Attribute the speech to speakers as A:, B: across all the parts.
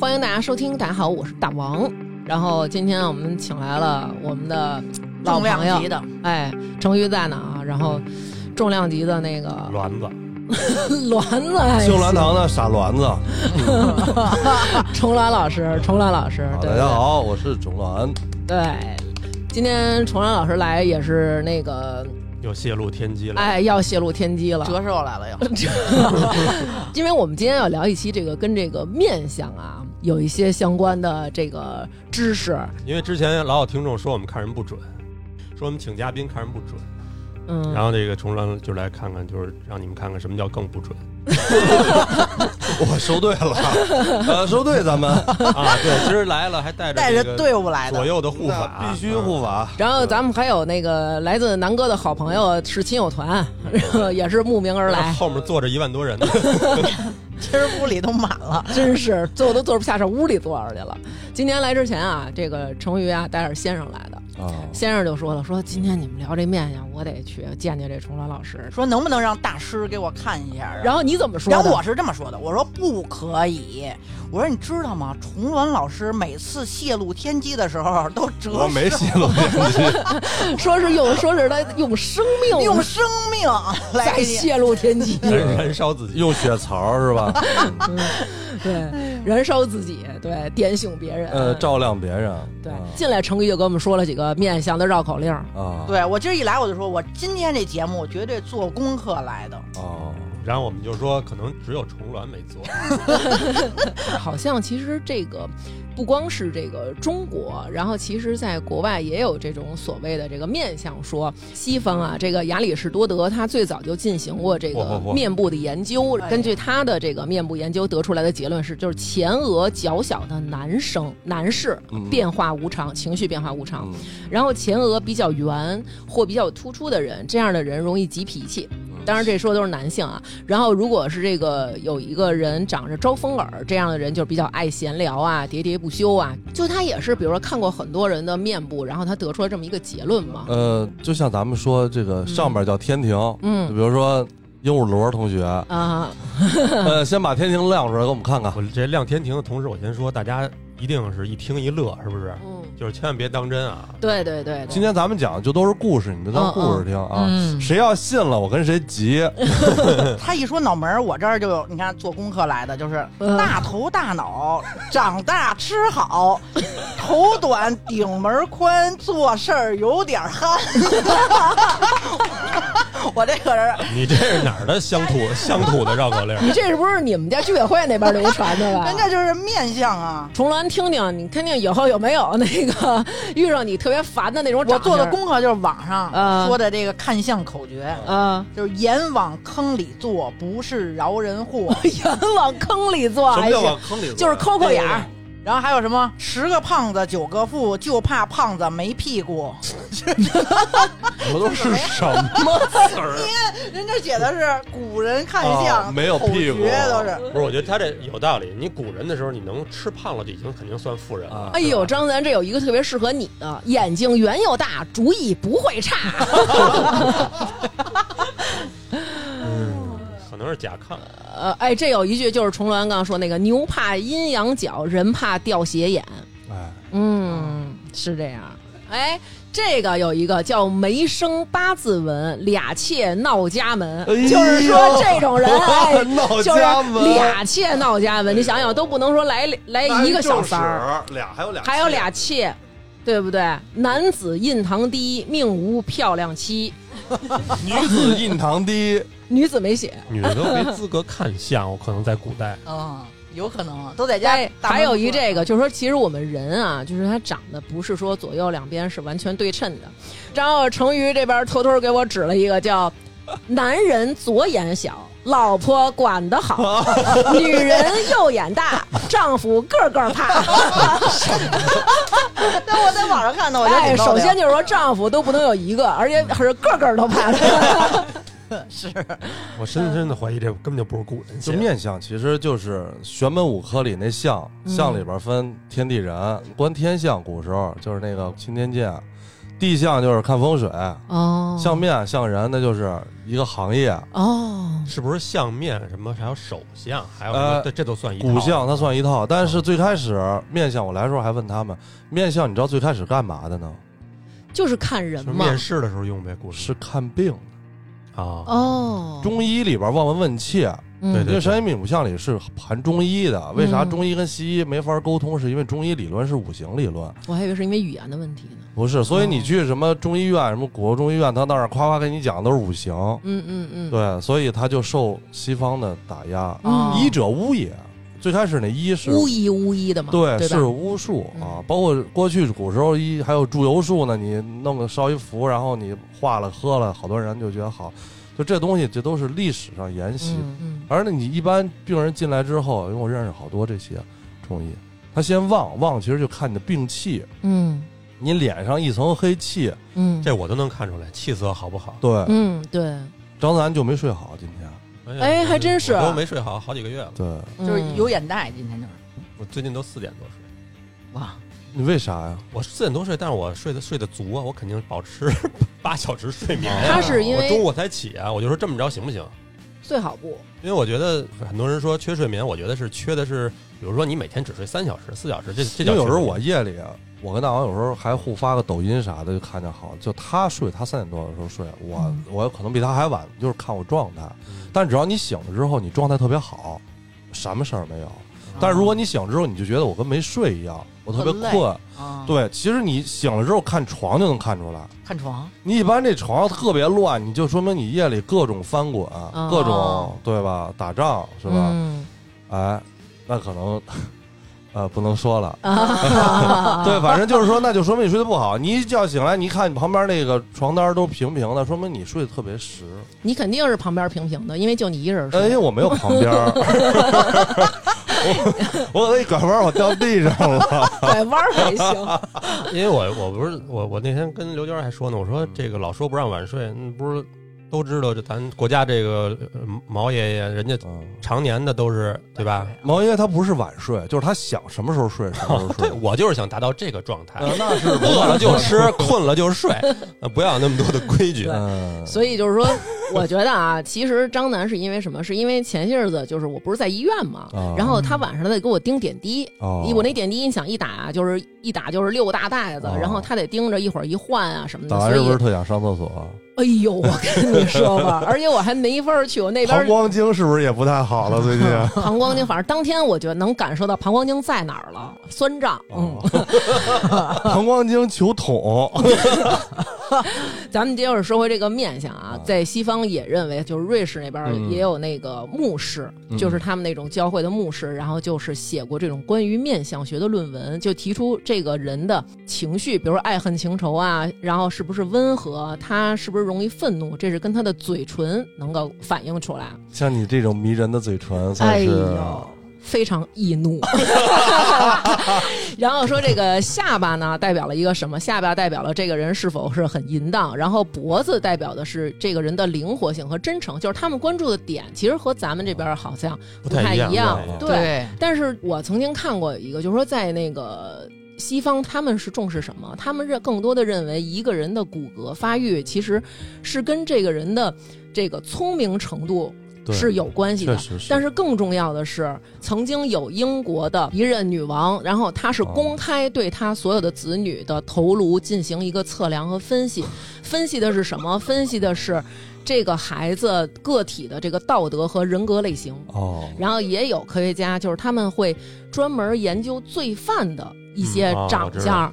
A: 欢迎大家收听，大家好，我是大王。然后今天啊我们请来了我们的老朋
B: 重量级
A: 友，
B: 的，
A: 哎，成鱼在呢啊，然后重量级的那个
C: 栾子，
A: 栾子哎还行，
C: 秀兰堂的傻栾子。
A: 重峦老师，重峦老师，
C: 好
A: 对
D: 啊
C: 大家，好，我是种 栾。
A: 对对，今天重峦老师来也是那个，
C: 又泄露天机了。
A: 哎，要泄露天机了，
B: 折寿来了又。
A: 因为我们今天要聊一期这个跟这个面相啊有一些相关的这个知识，
C: 因为之前老有听众说我们看人不准，说我们请嘉宾看人不准，
A: 嗯，
C: 然后这个重峦就来看看，就是让你们看看什么叫更 不准
D: 我收队了， 呃，收队咱们
C: 啊！对，今儿来了还带着
B: 带
C: 这
B: 着
C: 个
B: 队伍来
C: 左
B: 的，
C: 右的护法，啊
D: 必须护法。
A: 然后咱们还有那个来自南哥的好朋友是亲友团，然后也是慕名而
C: 嗯。
A: 来，
B: 哦
C: 后面坐着一万多人呢，
B: 今儿屋里都满了。
A: 真是坐都坐不下，上屋里坐着去了。今天来之前啊，这个成瑜啊带着先生来的，
B: 哦
D: 啊，
A: 先生就说了，说今天你们聊这面相，我得去见见这重峦老师。
B: 说能不能让大师给我看一下啊？
A: 然后你怎么说
B: 然
A: 的？
B: 后我是这么说的，我说不可以。我说你知道吗？崇文老师每次泄露天机的时候都折寿，
D: 我没泄 露天机，
A: 说是用，说是他用生命
B: 用哎生命 来
A: 在
B: 给你。
A: 泄露天 机，
C: 燃燃烧自己。
D: 用血槽是 吧？
A: 对，燃烧自己，对，点醒别人，
D: 呃，照亮别人。
A: 对。
B: 嗯
A: 进来成瑜就给我们说了几个面相的绕口令，
D: 啊，
B: 对我今儿一来我就说，我今天这节目绝对做功课来的。
D: 哦，
C: 然后我们就说，可能只有重峦没做，
A: 好像其实这个不光是这个中国，然后其实在国外也有这种所谓的这个面相说。西方啊，这个亚里士多德他最早就进行过这
C: 嚯
A: 个
C: 嚯嚯
A: 面部的研究，
B: 哎
A: 根据他的这个面部研究得出来的结论是，就是前额较小的男生男士
D: 嗯
A: 变化无常，情绪变化无常。
D: 嗯
A: 然后前额比较圆或比较突出的人，这样的人容易急脾气。
D: 嗯
A: 当然，这说的都是男性啊。然后，如果是这个有一个人长着招风耳，这样的人就比较爱闲聊啊，喋喋不休啊。就他也是，比如说看过很多人的面部，然后他得出了这么一个结论嘛。
D: 呃，就像咱们说这个上边叫天庭，就比
A: 嗯
D: 如说鹦鹉螺同学，
A: 啊，
D: 呃，先把天庭亮出来给我们看
A: 嗯
D: 看。
C: 我这亮天庭的同时，我先说，大家一定是一听一乐，是不是？
A: 嗯，
C: 就是千万别当真啊！
A: 对对对
D: 今
A: 对。
D: 天咱们讲就都是故事，你就
A: 哦
D: 当故事听啊。
B: 嗯，
D: 谁要信了，我跟谁急。
B: 他一说脑门儿，我这儿就有，你看做功课来的，就是
A: 嗯
B: 大头大脑，长大吃好，头短顶门儿宽，做事儿有点儿憨。 我这可是
C: 你这是哪儿的乡土乡土的绕口令？
A: 你这是不是你们家居委会那边流传的吧？
B: 人家就是面相啊，
A: 重峦听听，你看听以后有没有那个遇上你特别烦的那种长
B: 我做的
A: 相
B: 功课就是网
A: 嗯
B: 上说的这个看相口诀。
A: 啊，
B: 就是眼往坑里坐，不是饶人祸。
A: 人往坑里坐，
C: 什么
A: 还
C: 叫
A: 行
C: 往坑里啊坐？
A: 就是抠抠眼儿。
B: 然后还有什么？十个胖子九个富，就怕胖子没屁股。
D: 我都是什么词儿？
B: 人家写的是古人看相，
D: 哦没有屁股
B: 口诀都是。
C: 不是，我觉得他这有道理。你古人的时候，你能吃胖了，就已经肯定算富人了。
D: 啊
A: 哎呦，张咱这有一个特别适合你的，眼睛圆又大，主意不会 差。
C: 可能是甲亢，
A: 呃，哎，这有一句就是重峦刚刚说那个“牛怕阴阳脚，人怕掉斜眼
D: 哎，”。
A: 嗯，是这样。哎，这个有一个叫梅生八字纹，俩妾闹家门，
D: 哎呦，
A: 就是说这种人，哎
D: 闹
A: 就是
D: 家门
A: 俩妾闹家门。你想想，都不能说来来一个小三儿，
D: 儿，俩还有俩，
A: 还有俩妾，对不对？男子印堂低，命无漂亮妻。
D: 女子印堂低，
A: 女子没写。
C: 女的都没资格看相。我可能在古代，
B: 嗯，有可能都在家
A: 哎，。
B: 大门
A: 还有一
B: 口
A: 这个，就是说，其实我们人啊，就是他长得不是说左右两边是完全对称的。然后成瑜这边偷偷给我指了一个叫“男人左眼小，老婆管得 好；女人右眼大，丈夫个个怕。
B: 但我在网上 看的，”我觉得
A: 哎，
B: 挺
A: 首
B: 逗的
A: 先就是说，丈夫都不能有一个，而且是个个都怕他。
C: 我深深的怀疑这根本就不是古人写
D: 就
C: 的。
D: 面相其实就是玄门五科里那相，
A: 嗯
D: 相里边分天地人，观天相，古时候就是那个钦天监。地象就是看风水，
A: 哦，
D: 相面相人那就是一个行业。
A: 哦，
C: 是不是相面什么，还有手相，还有什
D: 呃
C: 么？对，这都算一套
D: 骨相它算一套，但
A: 嗯
D: 是最开始面相我来的时候还问他们，面相你知道最开始干嘛的呢？
A: 就是看人
C: 是
A: 嘛。
C: 面试的时候用呗，骨
D: 是看病。
C: 啊。
A: 哦，
D: 中医里边望闻问切，
A: 嗯
C: 对
D: 因
C: 对
D: 为山西命五相里是含中医的。为啥中医跟西医没法沟通？是因为中医理论是五行理论，
A: 我还以为是因为语言的问题呢。
D: 不是。所以
A: 哦
D: 你去什么中医院、什么国中医院，他那儿夸夸跟你讲都是五行，
A: 嗯嗯嗯，
D: 对，所以他就受西方的打压。
A: 嗯，
D: 医者巫也，最开始那医是
A: 巫医巫医的嘛，
D: 对，
A: 对吧
D: 是巫术啊
A: 嗯，
D: 包括过去古时候医还有祝由术呢，你弄个烧一符，然后你化了喝了，好多人就觉得好，就这东西这都是历史上沿袭。
A: 嗯嗯
D: 而那你一般病人进来之后，因为我认识好多这些中医，他先望望，其实就看你的病气，
A: 嗯
D: 你脸上一层黑气，
A: 嗯，
C: 这我都能看出来，气色好不好？
D: 对，
A: 嗯对，
D: 张楠就没睡好今天，
C: 呀
A: 哎还真是
C: 我都没睡好好几个月了，
D: 对
B: 就是
A: 嗯
B: 有眼袋，今天就是
C: 我最近都四点多睡。
B: 哇，
D: 你为啥呀？
C: 我四点多睡，但是我睡得睡得足啊，我肯定保持 八小时睡眠
D: 哦
C: 呀。
A: 他是因
C: 我中
A: 为
C: 午才起啊，我就说这么着行不行？
A: 最好不，
C: 因为我觉得很多人说缺睡眠，我觉得是缺的是，比如说你每天只睡三小时、四小时，这这
D: 因为
C: 叫
D: 有时候
C: 缺
D: 我夜里，啊我跟大王有时候还互发个抖音啥的，就看见好，就他睡，他三点多的时候睡，我、
A: 嗯
D: 我可能比他还晚，就是看我状态。
C: 嗯
D: 但只要你醒了之后，你状态特别好，什么事儿没有。但是如果你醒了之后，你就觉得我跟没睡一样，我特别
B: 很累
D: 困。
B: 啊，
D: 对，其实你醒了之后看床就能看出来。
B: 看床，
D: 你一般这床特别乱，你就说明你夜里各种翻滚，各种对吧？打仗是 吧？
A: 嗯
D: 哎，那可能呃不能说了。
A: 啊
D: 对，反正就是说，那就说明你睡得不好。你一觉醒来，你一看你旁边那个床单都平平的，说明你睡得特别实。
A: 你肯定是旁边平平的，因为就你一人
D: 哎，
A: 睡。
D: 我没有旁边儿，我我可一拐弯，我掉地上了。
A: 拐弯儿还 行，
C: 因为我我不是我我那天跟刘娟还说呢，我说这个老说不让晚睡，嗯不是都知道这咱国家这个呃毛爷爷人家
D: 嗯
C: 常年的都是对吧？
D: 毛爷他不是晚睡，就是他想什么时候睡什么时候睡
C: 对，。我就是想达到这个状 态，
D: 呃那是不
C: 饿了就
D: 晚睡
C: 吃，困了就 睡，呃不要有那么多的规矩。
D: 嗯，
A: 所以就是说，我觉得啊，其实张楠是因为什么？是因为前些日子就是我不是在医院嘛，
D: 啊
A: 然后他晚上他得给我盯点滴，
D: 哦
A: 我那点滴你想一打就是一打就是六个大袋子，
D: 哦
A: 然后他得盯着一会儿一换啊什么
D: 打
A: 的，
D: 完
A: 所
D: 是不是
A: 以
D: 特想上厕所？
A: 哎呦，我跟你说 吧，而且我还没法儿去，我那边
D: 膀胱经是不是也不太好了？最 近
A: 膀胱经，反正当天我觉得能感受到膀胱经在哪儿了，酸胀。嗯，
D: 哦 膀胱经球桶，
A: 咱们接着说回这个面相啊
D: 啊，
A: 在西方也认为，就是瑞士那边儿
D: 嗯
A: 也有那个牧师，
D: 嗯
A: 就是他们那种教会的牧师，然后就是写过这种关于面相学的论文，就提出这个人的情绪，比如说爱恨情仇啊，然后是不是温和，他是不是容易愤怒，这是跟他的嘴唇能够反映出来，
D: 像你这种迷人的嘴唇，算是
A: 哎非常易怒。 然后说这个下巴呢，代表了一个什么？下巴代表了这个人是否是很淫荡，然后脖子代表的是这个人的灵活性和真诚，就是他们关注的点其实和咱们这边好像
C: 不
A: 太
C: 太一样
A: 一样
C: 不太一样
A: 对但是我曾经看过一个，就是说在那个。西方他们是重视什么？他们认更多的认为一个人的骨骼发育其实是跟这个人的这个聪明程度
D: 对
A: 是有关系的
D: 确。实是，
A: 但是更重要的是，曾经有英国的一任女王，然后她是公开对她所有的子女的头颅进行一个测量和分析，分析的是什么？分析的是这个孩子个体的这个道德和人格类型。
D: 哦，
A: 然后也有科学家，就是他们会专门研究罪犯的一些
C: 嗯
D: 啊
C: 哦
A: 长
C: 我知道
A: 相，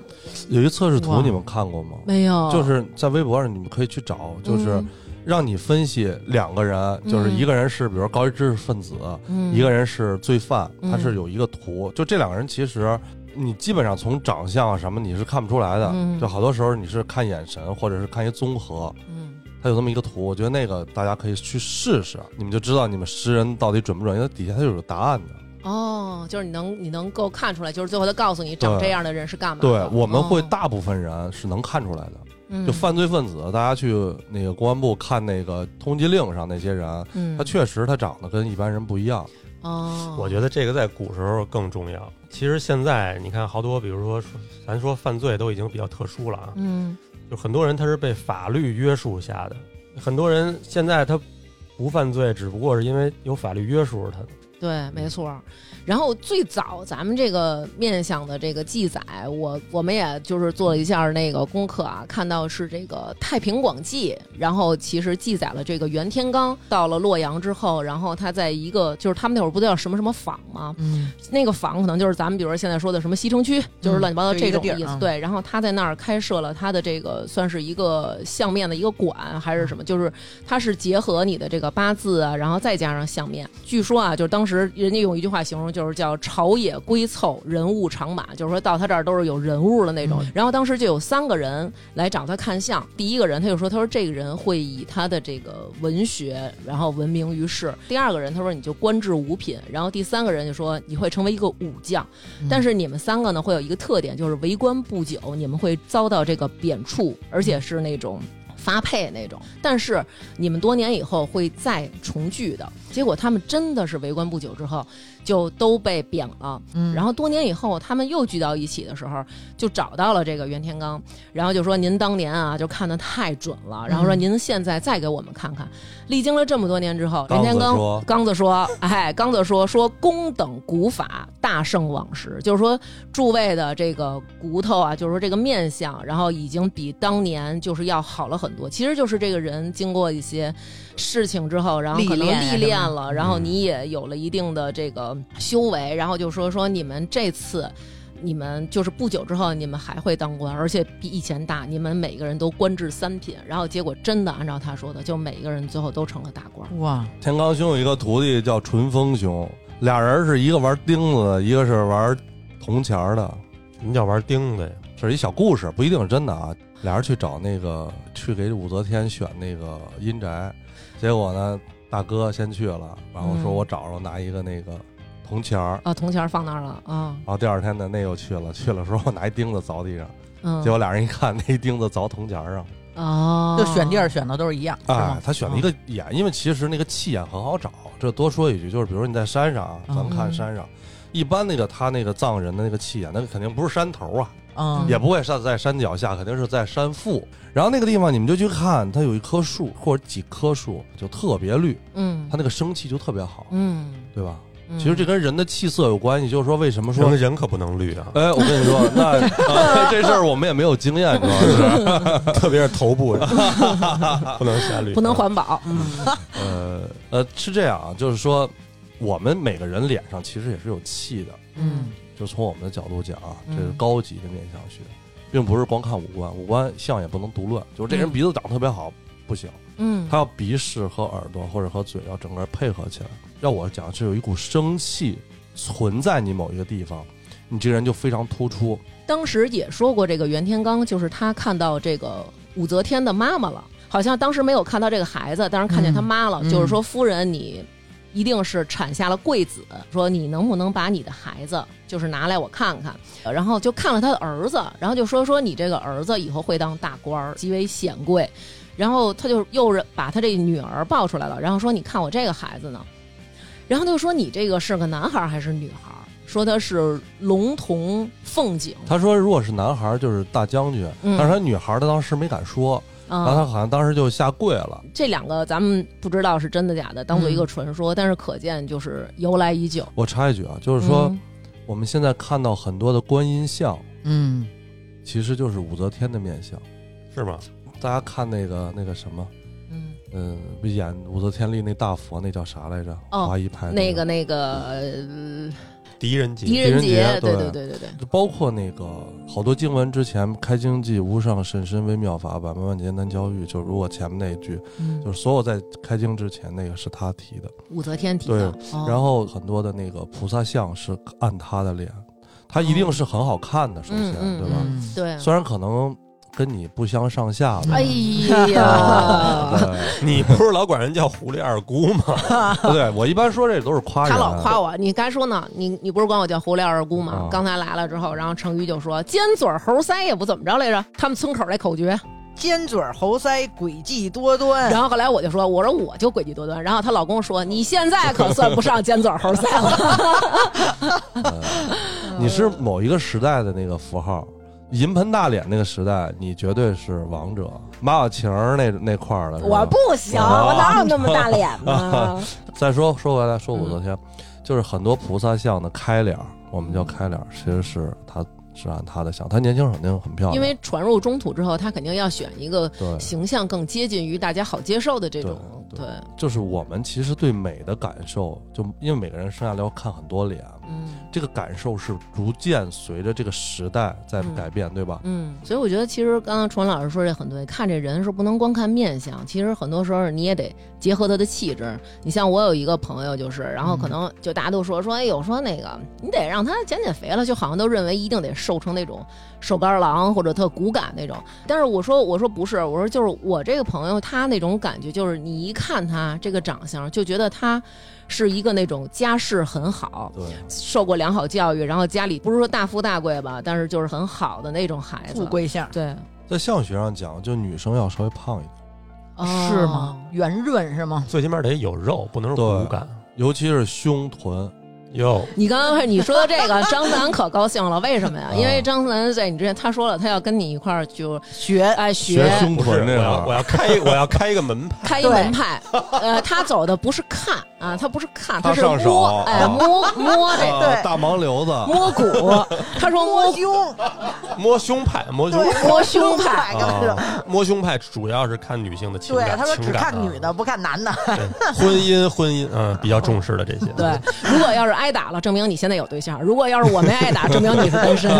D: 有一测试图
A: 哇
D: 你们看过吗？
A: 没有，
D: 就是在微博上你们可以去找，就是
A: 嗯
D: 让你分析两个人，就是一个人是比如高级知识分子，
A: 嗯
D: 一个人是罪犯，
A: 嗯
D: 他是有一个图，就这两个人其实。你基本上从长相啊什么你是看不出来的，
A: 嗯
D: 就好多时候你是看眼神或者是看一综合，
A: 嗯
D: 它有那么一个图，我觉得那个大家可以去试试，你们就知道你们识人到底准不准，因为它底下它有个答案的。
A: 哦，就是你能你能够看出来，就是最后他告诉你长
D: 对
A: 这样的人是干嘛
D: 对
A: 的，
D: 我们会
A: 哦
D: 大部分人是能看出来的，
A: 嗯
D: 就犯罪分子，大家去那个公安部看那个通缉令上那些人，
A: 嗯
D: 他确实他长得跟一般人不一样。
A: 哦，
C: 我觉得这个在古时候更重要。其实现在你看，好多比如说，咱说犯罪都已经比较特殊了啊。
A: 嗯
C: 就很多人他是被法律约束下的，很多人现在他不犯罪，只不过是因为有法律约束着他。
A: 对，没错儿。然后最早咱们这个面向的这个记载，我我们也就是做了一下那个功课啊，看到是这个《太平广记》，然后其实记载了这个袁天罡到了洛阳之后，然后他在一个就是他们那会儿不都叫什么什么坊吗？
B: 嗯，
A: 那个坊可能就是咱们比如说现在说的什么西城区，就是乱七八糟
B: 就
A: 这
B: 一个
A: 种
B: 地儿
A: 意思。
B: 啊
A: 对，然后他在那儿开设了他的这个算是一个相面的一个馆还是什么，就是它是结合你的这个八字啊，然后再加上相面。据说啊，就是当时人家用一句话形容，就是叫“朝野归凑，人物长马”，就是说到他这儿都是有人物的那种。
B: 嗯
A: 然后当时就有三个人来找他看相，第一个人他就说，他说这个人会以他的这个文学，然后闻名于世。第二个人他说你就官至五品，然后第三个人就说你会成为一个武将。但是你们三个呢，会有一个特点，就是为官不久，你们会遭到这个贬黜，而且是那种发配那种。但是你们多年以后会再重聚的。结果他们真的是为官不久之后，就都被贬了。
B: 嗯
A: 然后多年以后，他们又聚到一起的时候，就找到了这个袁天罡，然后就说：“您当年啊，就看得太准了，然后说
B: 嗯
A: 您现在再给我们看看。”历经了这么多年之后，袁
D: 刚
A: 天
D: 子
A: 罡
D: 说
A: 刚子说：“哎，刚子说说公等古法大胜往时，就是说诸位的这个骨头啊，就是说这个面相，然后已经比当年就是要好了很多。其实就是这个人经过一些事情之后，然后可能
B: 历练啊
A: 历练
B: 什么
A: 了，然后你也有了一定的这个修为，然后就说说你们这次。”你们就是不久之后，你们还会当官，而且比以前大。你们每个人都官至三品，然后结果真的按照他说的，就每个人最后都成了大官。
B: 哇，
D: 天罡兄有一个徒弟叫淳风兄，俩人是一个玩钉子的，一个是玩铜钱儿的。
C: 什么叫玩钉子呀？
D: 这是一小故事，不一定是真的啊。俩人去找那个去给武则天选那个阴宅，结果呢，大哥先去了，然后说
A: 嗯
D: 我找着拿一个那个铜钱儿，
A: 啊，铜钱儿放那儿了啊，
D: 然后第二天呢，那又去了，去了说我拿一钉子凿地上，
A: 嗯，
D: 结果俩人一看，那一钉子凿铜钱儿上，
A: 哦，
B: 就选地儿选的都是一样，是
D: 哎
B: 吗，？
D: 他选了一
A: 嗯
D: 个眼，因为其实那个气眼很好找。这多说一句，就是比如说你在山上啊，咱们
A: 哦嗯
D: 看山上，一般那个他那个藏人的那个气眼，那肯定不是山头啊，
B: 嗯，
D: 也不会是在山脚下，肯定是在山腹。然后那个地方你们就去看，它有一棵树或者几棵树，就特别绿，
A: 嗯，
D: 它那个生气就特别好，
A: 嗯，
D: 对吧？
A: 嗯
D: 其实这跟人的气色有关系，就是说为什么说
C: 人人可不能绿 啊，
D: 哎，我跟你说， 那、啊这事儿我们也没有经验，主要是，
C: 特别是头部呀，不能瞎绿，
A: 不能环保，
B: 嗯
D: 呃呃，是这样啊，就是说，我们每个人脸上其实也是有气的，
B: 嗯
D: 就从我们的角度讲啊，这
A: 嗯
D: 是高级的面相学，并不是光看五官，五官相也不能独论，就是这人
A: 嗯
D: 鼻子长得特别好不行，
A: 嗯，
D: 他要鼻屎和耳朵或者和嘴要整个配合起来。要我讲，是有一股生气存在你某一个地方，你这人就非常突出。
A: 当时也说过，这个袁天罡就是他看到这个武则天的妈妈了，好像当时没有看到这个孩子，但是看见他妈了，
B: 嗯嗯
A: 就是说夫人你。一定是产下了贵子，说你能不能把你的孩子就是拿来我看看，然后就看了他的儿子，然后就说说你这个儿子以后会当大官儿，极为显贵，然后他就又是把他这女儿抱出来了，然后说你看我这个孩子呢，然后他就说你这个是个男孩儿还是女孩儿，说他是龙瞳凤颈，
D: 他说，如果是男孩儿就是大将军，
A: 嗯
D: 但是他女孩儿他当时没敢说，然后
A: 啊，
D: 他好像当时就下跪了。
A: 这两个咱们不知道是真的假的，当做一
D: 嗯
A: 个传说，但是可见就是由来已久。
D: 我插一句啊，就是说、
A: 嗯
D: 我们现在看到很多的观音像，
B: 嗯，
D: 其实就是武则天的面相。
C: 是吗？
D: 大家看那个那个什么，
A: 嗯
D: 嗯，不演武则天立那大佛那叫啥来着？
A: 哦
D: 华谊派
A: 那个那个呃
C: 狄仁杰，
A: 狄仁
D: 嗯狄仁
A: 杰
D: 杰，
A: 对
D: 对
A: 对对对，
D: 就包括那个好多经文之前开经记无上甚深微妙法，百万万劫难教育。就如果前面那一句，
A: 嗯，
D: 就是所有在开经之前那个是他提的，
A: 武则天提的。
B: 嗯
A: 哦
D: 然后很多的那个菩萨像是按他的脸，他一定是很好看的，首
A: 嗯
D: 先
A: 嗯
D: 对吧？
A: 嗯对，
D: 虽然可能跟你不相上下吧。
A: 哎
D: 啊
A: 呀，
D: 对
C: 你不是老管人叫狐狸二姑吗？
D: 不对，我一般说这都是夸人。啊
A: 他老夸我，你该说呢，你你不是管我叫狐狸二姑吗
D: 啊？
A: 刚才来了之后，然后成瑜就说尖嘴猴腮也不怎么着来着，他们村口那口诀。
B: 尖嘴儿猴腮，诡计多端，
A: 然后后来我就说，我说我就诡计多端。然后她老公说，你现在可算不上尖嘴猴腮了。
D: 你是某一个时代的那个符号，银盆大脸那个时代，你绝对是王者。马小晴儿那那块儿的，是吧
E: 我不行，
D: 啊
E: 我哪有那么大脸呢？
D: 再说说回来，说
A: 嗯
D: 武则天，就是很多菩萨像的开脸儿，我们叫开脸儿，其实是她是按她的像，她年轻时候肯定很漂 亮，
A: 因为传入中土之后，他肯定要选一个
D: 对，
A: 形象更接近于大家好接受的这种，
D: 对
A: 对，
D: 就是我们其实对美的感受，就因为每个人生下来要看很多脸，
A: 嗯
D: 这个感受是逐渐随着这个时代在
A: 嗯
D: 改变，对吧？
A: 嗯。所以我觉得，其实刚刚楚文老师说这很对，看这人是不能光看面相，其实很多时候你也得结合他的气质。你像我有一个朋友就是，然后可能就大家都说说，哎呦，说那个你得让他减减肥了，就好像都认为一定得瘦成那种瘦干儿郎或者特骨感那种。但是我说我说不是，我说就是我这个朋友他那种感觉，就是你一看他这个长相，就觉得他是一个那种家世很好，
D: 对，
A: 受过良好教育，然后家里不是说大富大贵吧，但是就是很好的那种孩子。
B: 富贵相
A: 对，
D: 在相学上讲，就女生要稍微胖一点，
A: 哦
B: 是吗？？圆润是吗？
C: 最起码得有肉，不能是
D: 对
C: 骨感。
D: 尤其是胸臀，
C: 哟，
A: 你刚刚你说到这个，张楠可高兴了，为什么呀？因为张楠在你之前他说了，他要跟你一块儿就
B: 学
A: 哎
D: 学
A: 学
D: 胸
C: 不是，
D: 臀
C: 我
D: 这个
C: 要我要开一我要开一个门派，
A: 开一门派，呃，他走的不是看啊，他不是看，
D: 他
A: 是
D: 上手
A: 摸，哎，
D: 啊
A: 摸摸 这
D: 啊
B: 对
D: 大盲流子
A: 摸骨，他说摸
B: 摸胸，
C: 摸胸派，摸胸
A: 摸胸派，
B: 根本就
D: 啊，
C: 摸胸派主要是看女性的情
B: 对
C: 感，，
B: 他说只
C: 情感啊
B: 看女的不看男的，
C: 对婚姻婚姻嗯比较重视的这些。
A: 对，如果要是挨打了，证明你现在有对象；如果要是我没挨打，证明你是单身。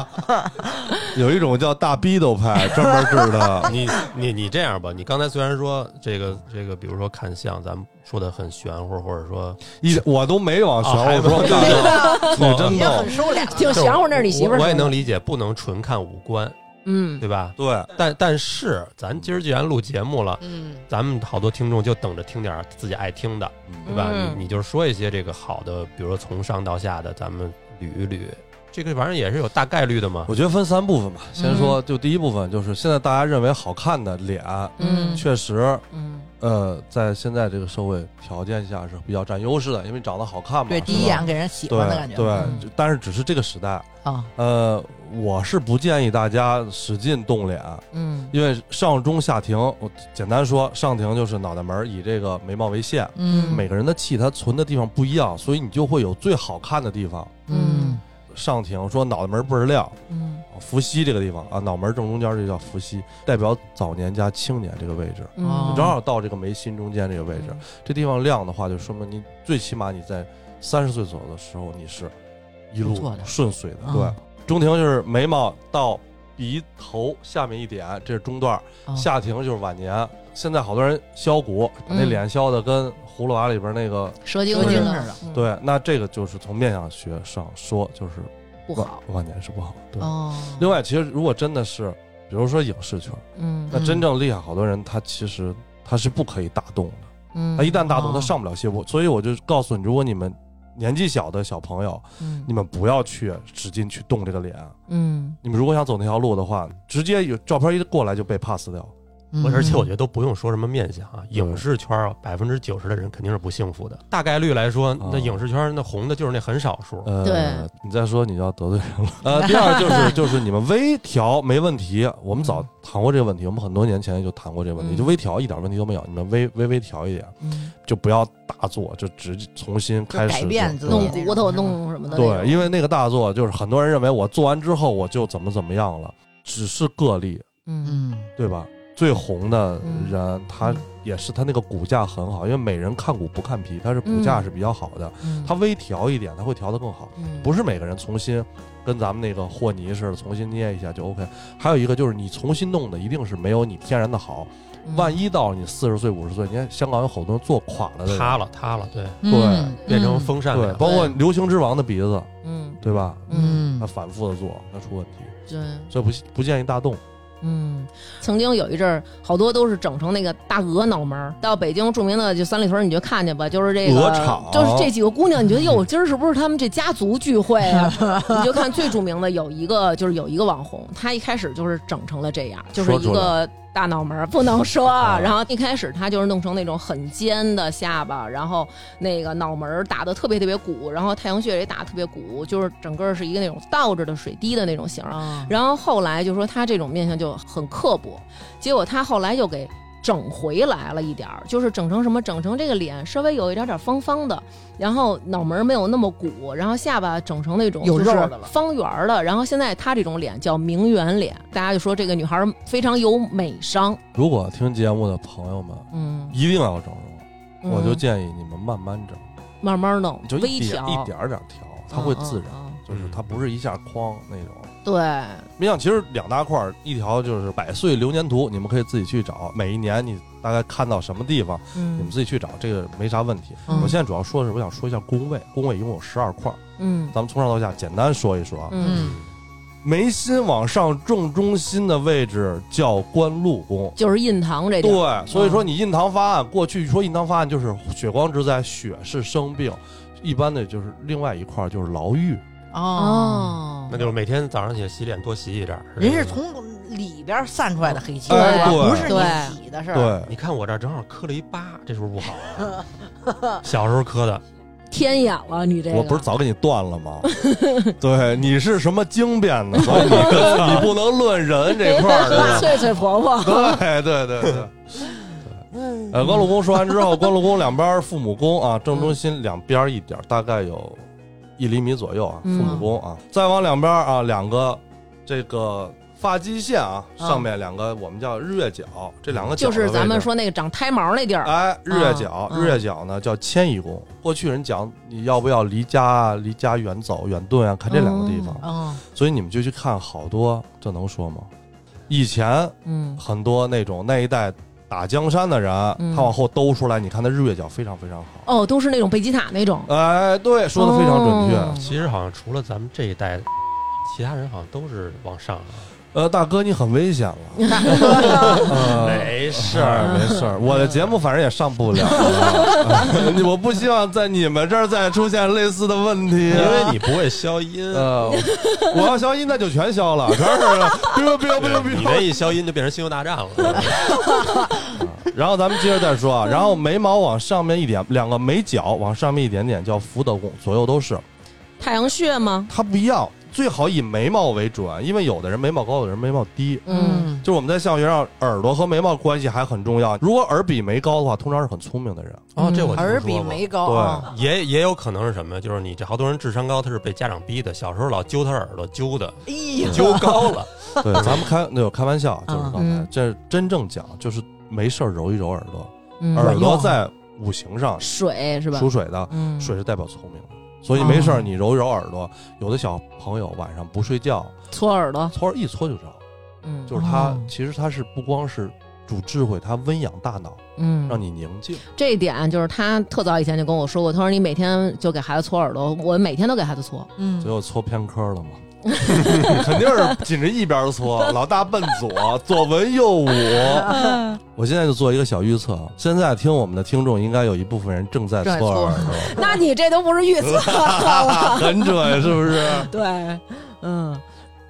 D: 有一种叫大逼斗派，专门治 的
C: 你你你这样吧，你刚才虽然说这个这个，比如说看相，咱们说的很玄乎，或者说
D: 一，我都没往学，
C: 啊还
D: 我说
C: 没
D: 这个女真
B: 也
D: 逗
B: 很，收敛。
A: 挺玄乎，那是你媳妇儿。
C: 我我也能，理解，不能纯看五官，
A: 嗯
C: 对吧？
D: 对，
C: 但但是咱今儿既然录节目了，
B: 嗯，
C: 咱们好多听众就等着听点儿自己爱听的，对吧？
A: 嗯
C: 你你就说一些这个好的，比如说从上到下的，咱们捋一捋。这个玩意儿也是有大概率的嘛。
D: 我觉得分三部分吧，先
B: 嗯
D: 说就第一部分，就是现在大家认为好看的脸，
A: 嗯
D: 确实，
A: 嗯，
D: 呃，在现在这个社会条件下是比较占优势的，因为长得好看嘛，
B: 对，
D: 是吧
B: 第一眼给人喜
D: 对
B: 欢的感觉，
D: 对
A: 嗯，
D: 就但是只是这个时代，
B: 啊，
D: 呃，我是不建议大家使劲动脸，
A: 嗯
D: 因为上中下庭，我简单说，上庭就是脑袋门儿以这个眉毛为线，
B: 嗯
D: 每个人的气它存的地方不一样，所以你就会有最好看的地方。
B: 嗯
D: 上庭说脑袋门儿倍儿亮，
A: 嗯
D: 伏羲这个地方啊，脑门儿正中间儿这叫伏羲，代表早年加青年这个位置，
A: 嗯，
D: 正好到这个眉心中间这个位置。这地方亮的话，就说明你最起码你在三十岁左右的时候，你是一
B: 不错
D: 路
B: 的
D: 顺遂的。
B: 嗯
D: 对，中庭就是眉毛到鼻头下面一点，这是中段；
B: 嗯
D: 下庭就是晚年。现在好多人削骨，把那
A: 嗯
D: 脸削的跟葫芦娃里边那个。
A: 蛇精
B: 蛇精
A: 似
B: 似的，
A: 嗯
D: 对，那这个就是从面相学上说，就是
A: 不
D: 晚
A: 好
D: 晚年是不好的。对，
A: 哦。
D: 另外，其实如果真的是，比如说影视圈，
A: 嗯
D: 那真正厉害好多人，他其实他是不可以大动的。
A: 嗯，
D: 他一旦大
B: 哦
D: 动，他上不了谢幕。所以我就告诉你，如果你们年纪小的小朋友，
A: 嗯
D: 你们不要去使劲去动这个脸。啊
A: 嗯
D: 你们如果想走那条路的话，直接有照片一过来就被 pass 掉。
B: 嗯
C: 而且我觉得都不用说什么面相啊，影视圈百分之九十的人肯定是不幸福的。大概率来说，
B: 啊
C: 那影视圈那红的就是那很少数。
D: 呃，
A: 对，
D: 你再说你就要得罪 人了。呃，第二就是 就是你们微调没问题，我们早谈过这个问题，我们很多年前就谈过这个问
A: 嗯
D: 题，就微调一点问题都没有，你们微微微调一点，
A: 嗯，
D: 就不要大做，就直接重新开
B: 改
D: 始
B: 变
D: 做
B: 自己
A: 弄骨头弄什么的那
D: 对，
A: 种，
D: 因为那个大作就是很多人认为我做完之后我就怎么怎么样了，只是个例，
A: 嗯
B: 嗯，
D: 对吧？最红的
A: 嗯
D: 人，他也是他那个骨架很好，因为美人看骨不看皮，他是骨架
A: 嗯
D: 是比较好的，
A: 嗯，
D: 他微调一点，他会调得更好。
A: 嗯
D: 不是每个人重新跟咱们那个和泥似的，重新捏一下就 OK。还有一个就是你重新弄的一定是没有你天然的好，
A: 嗯
D: 万一到你四十岁五十岁，你看香港有好多人做垮了的人，
C: 塌了，塌了，对，
B: 嗯
C: 变成风扇
D: 对，
C: 脸。
D: 包括流行之王的鼻子，
A: 嗯
D: 对吧？
A: 嗯
D: 他反复的做，他出问题。
A: 对。
D: 所以不不建议大动。
A: 嗯，曾经有一阵儿，好多都是整成那个大鹅脑门儿。到北京著名的就三里屯儿，你就看去吧，就是这个
D: 鹅厂
A: 就是这几个姑娘，你觉得 哟，今儿是不是他们这家族聚会啊？你就看最著名的有一个，就是有一个网红，她一开始就是整成了这样，就是一
D: 说出啊
A: 个大脑门儿不能说。然后一开始他就是弄成那种很尖的下巴，然后那个脑门儿打的特别特别鼓，然后太阳穴也打得特别鼓，就是整个是一个那种倒着的水滴的那种形儿。
B: 啊，
A: 然后后来就说他这种面相就很刻薄，结果他后来又给整回来了一点儿，就是整成什么？整成这个脸稍微有一点点方方的，然后脑门儿没有那么鼓，然后下巴整成那种
B: 有
A: 就是
B: 肉的了
A: 方圆儿的。然后现在他这种脸叫名媛脸，大家就说这个女孩儿非常有美商。
D: 如果听节目的朋友们
A: 嗯，
D: 一定要整容，
A: 嗯
D: 我就建议你们慢慢整，
A: 慢慢弄，
D: 就
A: 微
D: 一点
A: 调，
D: 一点儿点儿调，它会自然，
A: 嗯。嗯嗯
D: 就是它不是一下哐那种。
A: 对，
D: 你想，其实两大块儿，一条就是百岁流年图，你们可以自己去找，每一年你大概看到什么地方，你们
A: 嗯
D: 自己去找，这个没啥问题。
A: 嗯
D: 我现在主要说的是，我想说一下宫位，宫位一共有十二块儿，
A: 嗯
D: 咱们从上到下简单说一说啊。
A: 嗯，
D: 眉心往上正中心的位置叫官禄宫。
A: 就是印堂这点儿，
D: 对，所以说你印堂发暗，过去说印堂发暗就是血光之灾，血是生病，一般的就是另外一块儿就是牢狱，
B: 哦，
A: 哦，
C: 那就是每天早上起来洗脸多洗一点儿。是
B: 人
C: 这
B: 是
C: 个
B: 从里边散出来的黑气，
A: 哎
D: 对
B: 不是
A: 对
B: 你洗的事儿。
D: 对，
C: 你看我这儿正好磕了一疤，这是不是不好啊？ 小时候磕的，
A: 天眼了，你这个
D: 我不是早给你断了 吗？对，你是什么经变呢？所以你跟你不能论人这块儿，知道吗
E: 翠翠婆婆，
D: 对对对对。对呃，关禄宫说完之后，关禄宫两边儿父母宫
A: 嗯
D: 啊，正中心两边儿一点儿，大概有一厘米左右啊，父
A: 嗯
D: 母宫啊，再往两边儿啊，两个这个发际线啊，
B: 啊
D: 上面两个我们叫日月角，这两个
A: 嗯
D: 角
A: 就
D: 的
A: 是咱
D: 位
A: 们
D: 置
A: 说那个长胎毛那地儿，
D: 哎，日月角，
A: 嗯
D: 日月角呢叫迁移宫。过去人讲你要不要离家啊，离家远走远遁啊，看这两个地方，
B: 嗯，
D: 所以你们就去看好多，这能说吗？以前
A: 嗯
D: 很多那种那一代打江山的人，
A: 嗯
D: 他往后兜出来，你看他日月角非常非常好。
A: 哦，都是那种贝吉塔那种，
D: 哎，对，说的非常准确。
A: 哦
C: 其实好像除了咱们这一代，其他人好像都是往上啊。
D: 呃，大哥，你很危险了。 呃
C: 没事
D: 事
B: 嗯
D: 儿没事儿，我的节目反正也上不了， 你 我不希望在你们这儿再出现类似的问题
C: 因，为你不会消音，啊
D: 呃，我 要消音那就全消了，全是 biu biu
C: 对
D: biu
C: 你
D: biu
C: 这一消音就变成星球大战了。
D: 然后咱们接着再说啊，然后眉毛往上面一点，两个眉角往上面一点点叫福德宫，左右都是，
A: 太阳穴吗？
D: 它不一样，最好以眉毛为准，因为有的人眉毛高，有的人眉毛低。
A: 嗯，
D: 就是我们在相学上，耳朵和眉毛关系还很重要。如果耳比眉高的话，通常是很聪明的人。
C: 哦，这我听
B: 耳
C: 说
B: 比
C: 过
B: 眉
A: 哦
B: 高
D: 对
B: 啊，
C: 也也有可能是什么？就是你这好多人智商高，他是被家长逼的，小时候老揪他耳朵揪的，
B: 哎呀，
C: 揪高了。
D: 对， 咱们开那有开玩笑，就是刚才
A: 嗯
D: 这真正讲，就是没事儿揉一揉耳朵，
A: 嗯
D: 耳朵在五行上
A: 水是吧？
D: 属水的，
A: 嗯，
D: 水是代表聪明的，所以没事
A: 哦
D: 儿你揉一揉耳朵。有的小朋友晚上不睡觉，
A: 搓耳朵，
D: 搓一搓就着，
A: 嗯，
D: 就是它
B: 哦
D: 其实它是不光是主智慧，它温养大脑，
A: 嗯，
D: 让你宁静。
A: 这一点就是他特早以前就跟我说过，他说你每天就给孩子搓耳朵，我每天都给孩子搓，
B: 嗯
D: 最后搓偏科了嘛， 肯定是紧着一边搓，老大奔左，左文右武。我现在就做一个小预测，现在听我们的听众应该有一部分人正在
B: 正在
D: 搓
B: 搓
D: 耳
E: 那你这都不是预测
D: 朵，，
E: 了
D: 很准是不是？
E: 对，嗯，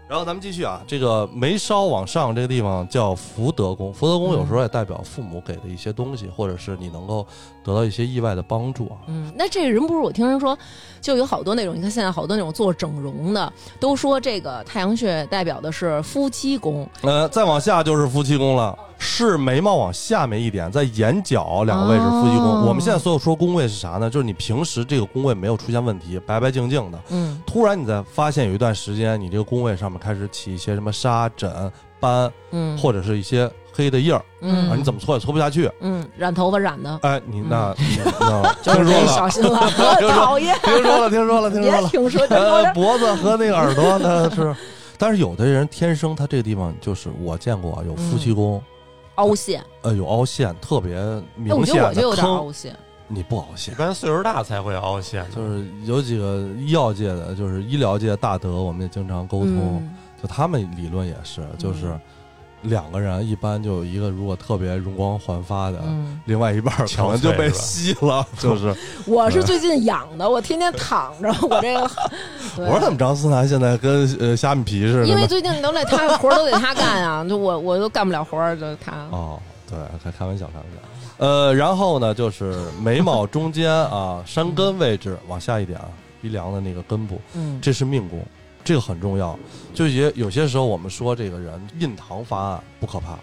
D: 然后咱们继续啊，这个眉梢往上这个地方叫福德宫，福德宫有时候也代表父母给的一些东西，或者是你能够得到一些意外的帮助啊。
A: 嗯，那这人不是我听人说，就有好多那种，你看现在好多那种做整容的，都说这个太阳穴代表的是夫妻宫，
D: 呃，再往下就是夫妻宫了，是眉毛往下面一点，在眼角两个位置夫妻宫。
A: 哦
D: 我们现在所有说宫位是啥呢？就是你平时这个宫位没有出现问题，白白净净的，
A: 嗯
D: 突然你在发现有一段时间，你这个宫位上面开始起一些什么沙疹、斑，
A: 嗯，
D: 或者是一些黑的印儿啊，
A: 嗯
D: 你怎么搓也搓不下去。
A: 嗯染头发染 的，
D: 哎，你那、你 那
A: 就
D: 听
A: 是
D: 说
A: 这
D: 了，
A: 小心 了，
D: 听说了，听说了，听说了，听说
E: 别
D: 了。
E: 听说这有
D: 呃，
E: 点
D: 脖子和那个耳朵呢是，但是有的人天生他这个地方就是我见过啊，有夫妻宫。
A: 凹 陷，
D: 呃，有凹陷，特别
A: 哎，嗯我
D: 明
A: 觉得我
D: 显
A: 就有
D: 的
A: 点
D: 坑
A: 凹，陷，
D: 你不凹
C: 一
D: 陷，
C: 般岁数大才会凹陷的，
D: 就是有几个医药界的，就是医疗界大德，我们也经常沟通，
A: 嗯
D: 就他们理论也是，就是两个人一般就一个如果特别容光焕发的，
E: 嗯，
D: 另外一半儿可能就被吸了，就是
E: 我
D: 嗯
E: 是最近养的，我天天躺着，我这 个，对
D: 我说怎么张思南现在跟呃虾米皮似的
A: 因为
D: 呢？
A: 最近都得他活儿都得他干啊，就我我都干不了活儿，就他。
D: 哦，对，开开玩笑，开玩笑。呃，然后呢，就是眉毛中间啊，山根位置往下一点啊，鼻梁的那个根部，
E: 嗯
D: 这是命宫，这个很重要。就也有些时候我们说这个人印堂发暗不可怕，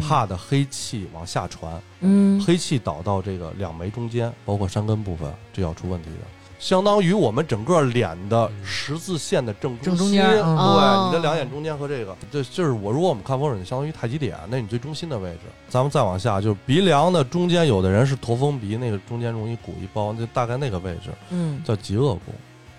D: 怕的黑气往下传，
E: 嗯
D: 黑气导到这个两眉中间，包括山根部分，这要出问题的。相当于我们整个脸的十字线的正
E: 嗯正中
D: 心，
E: 间
D: 对，
E: 嗯
A: 哦
D: 你的两眼中间和这个，对，就是我如果我们看风水，就相当于太极点，那你最中心的位置。咱们再往下，就是鼻梁的中间，有的人是驼峰鼻，那个中间容易鼓一包，就大概那个位置
E: 嗯，
D: 叫极恶宫。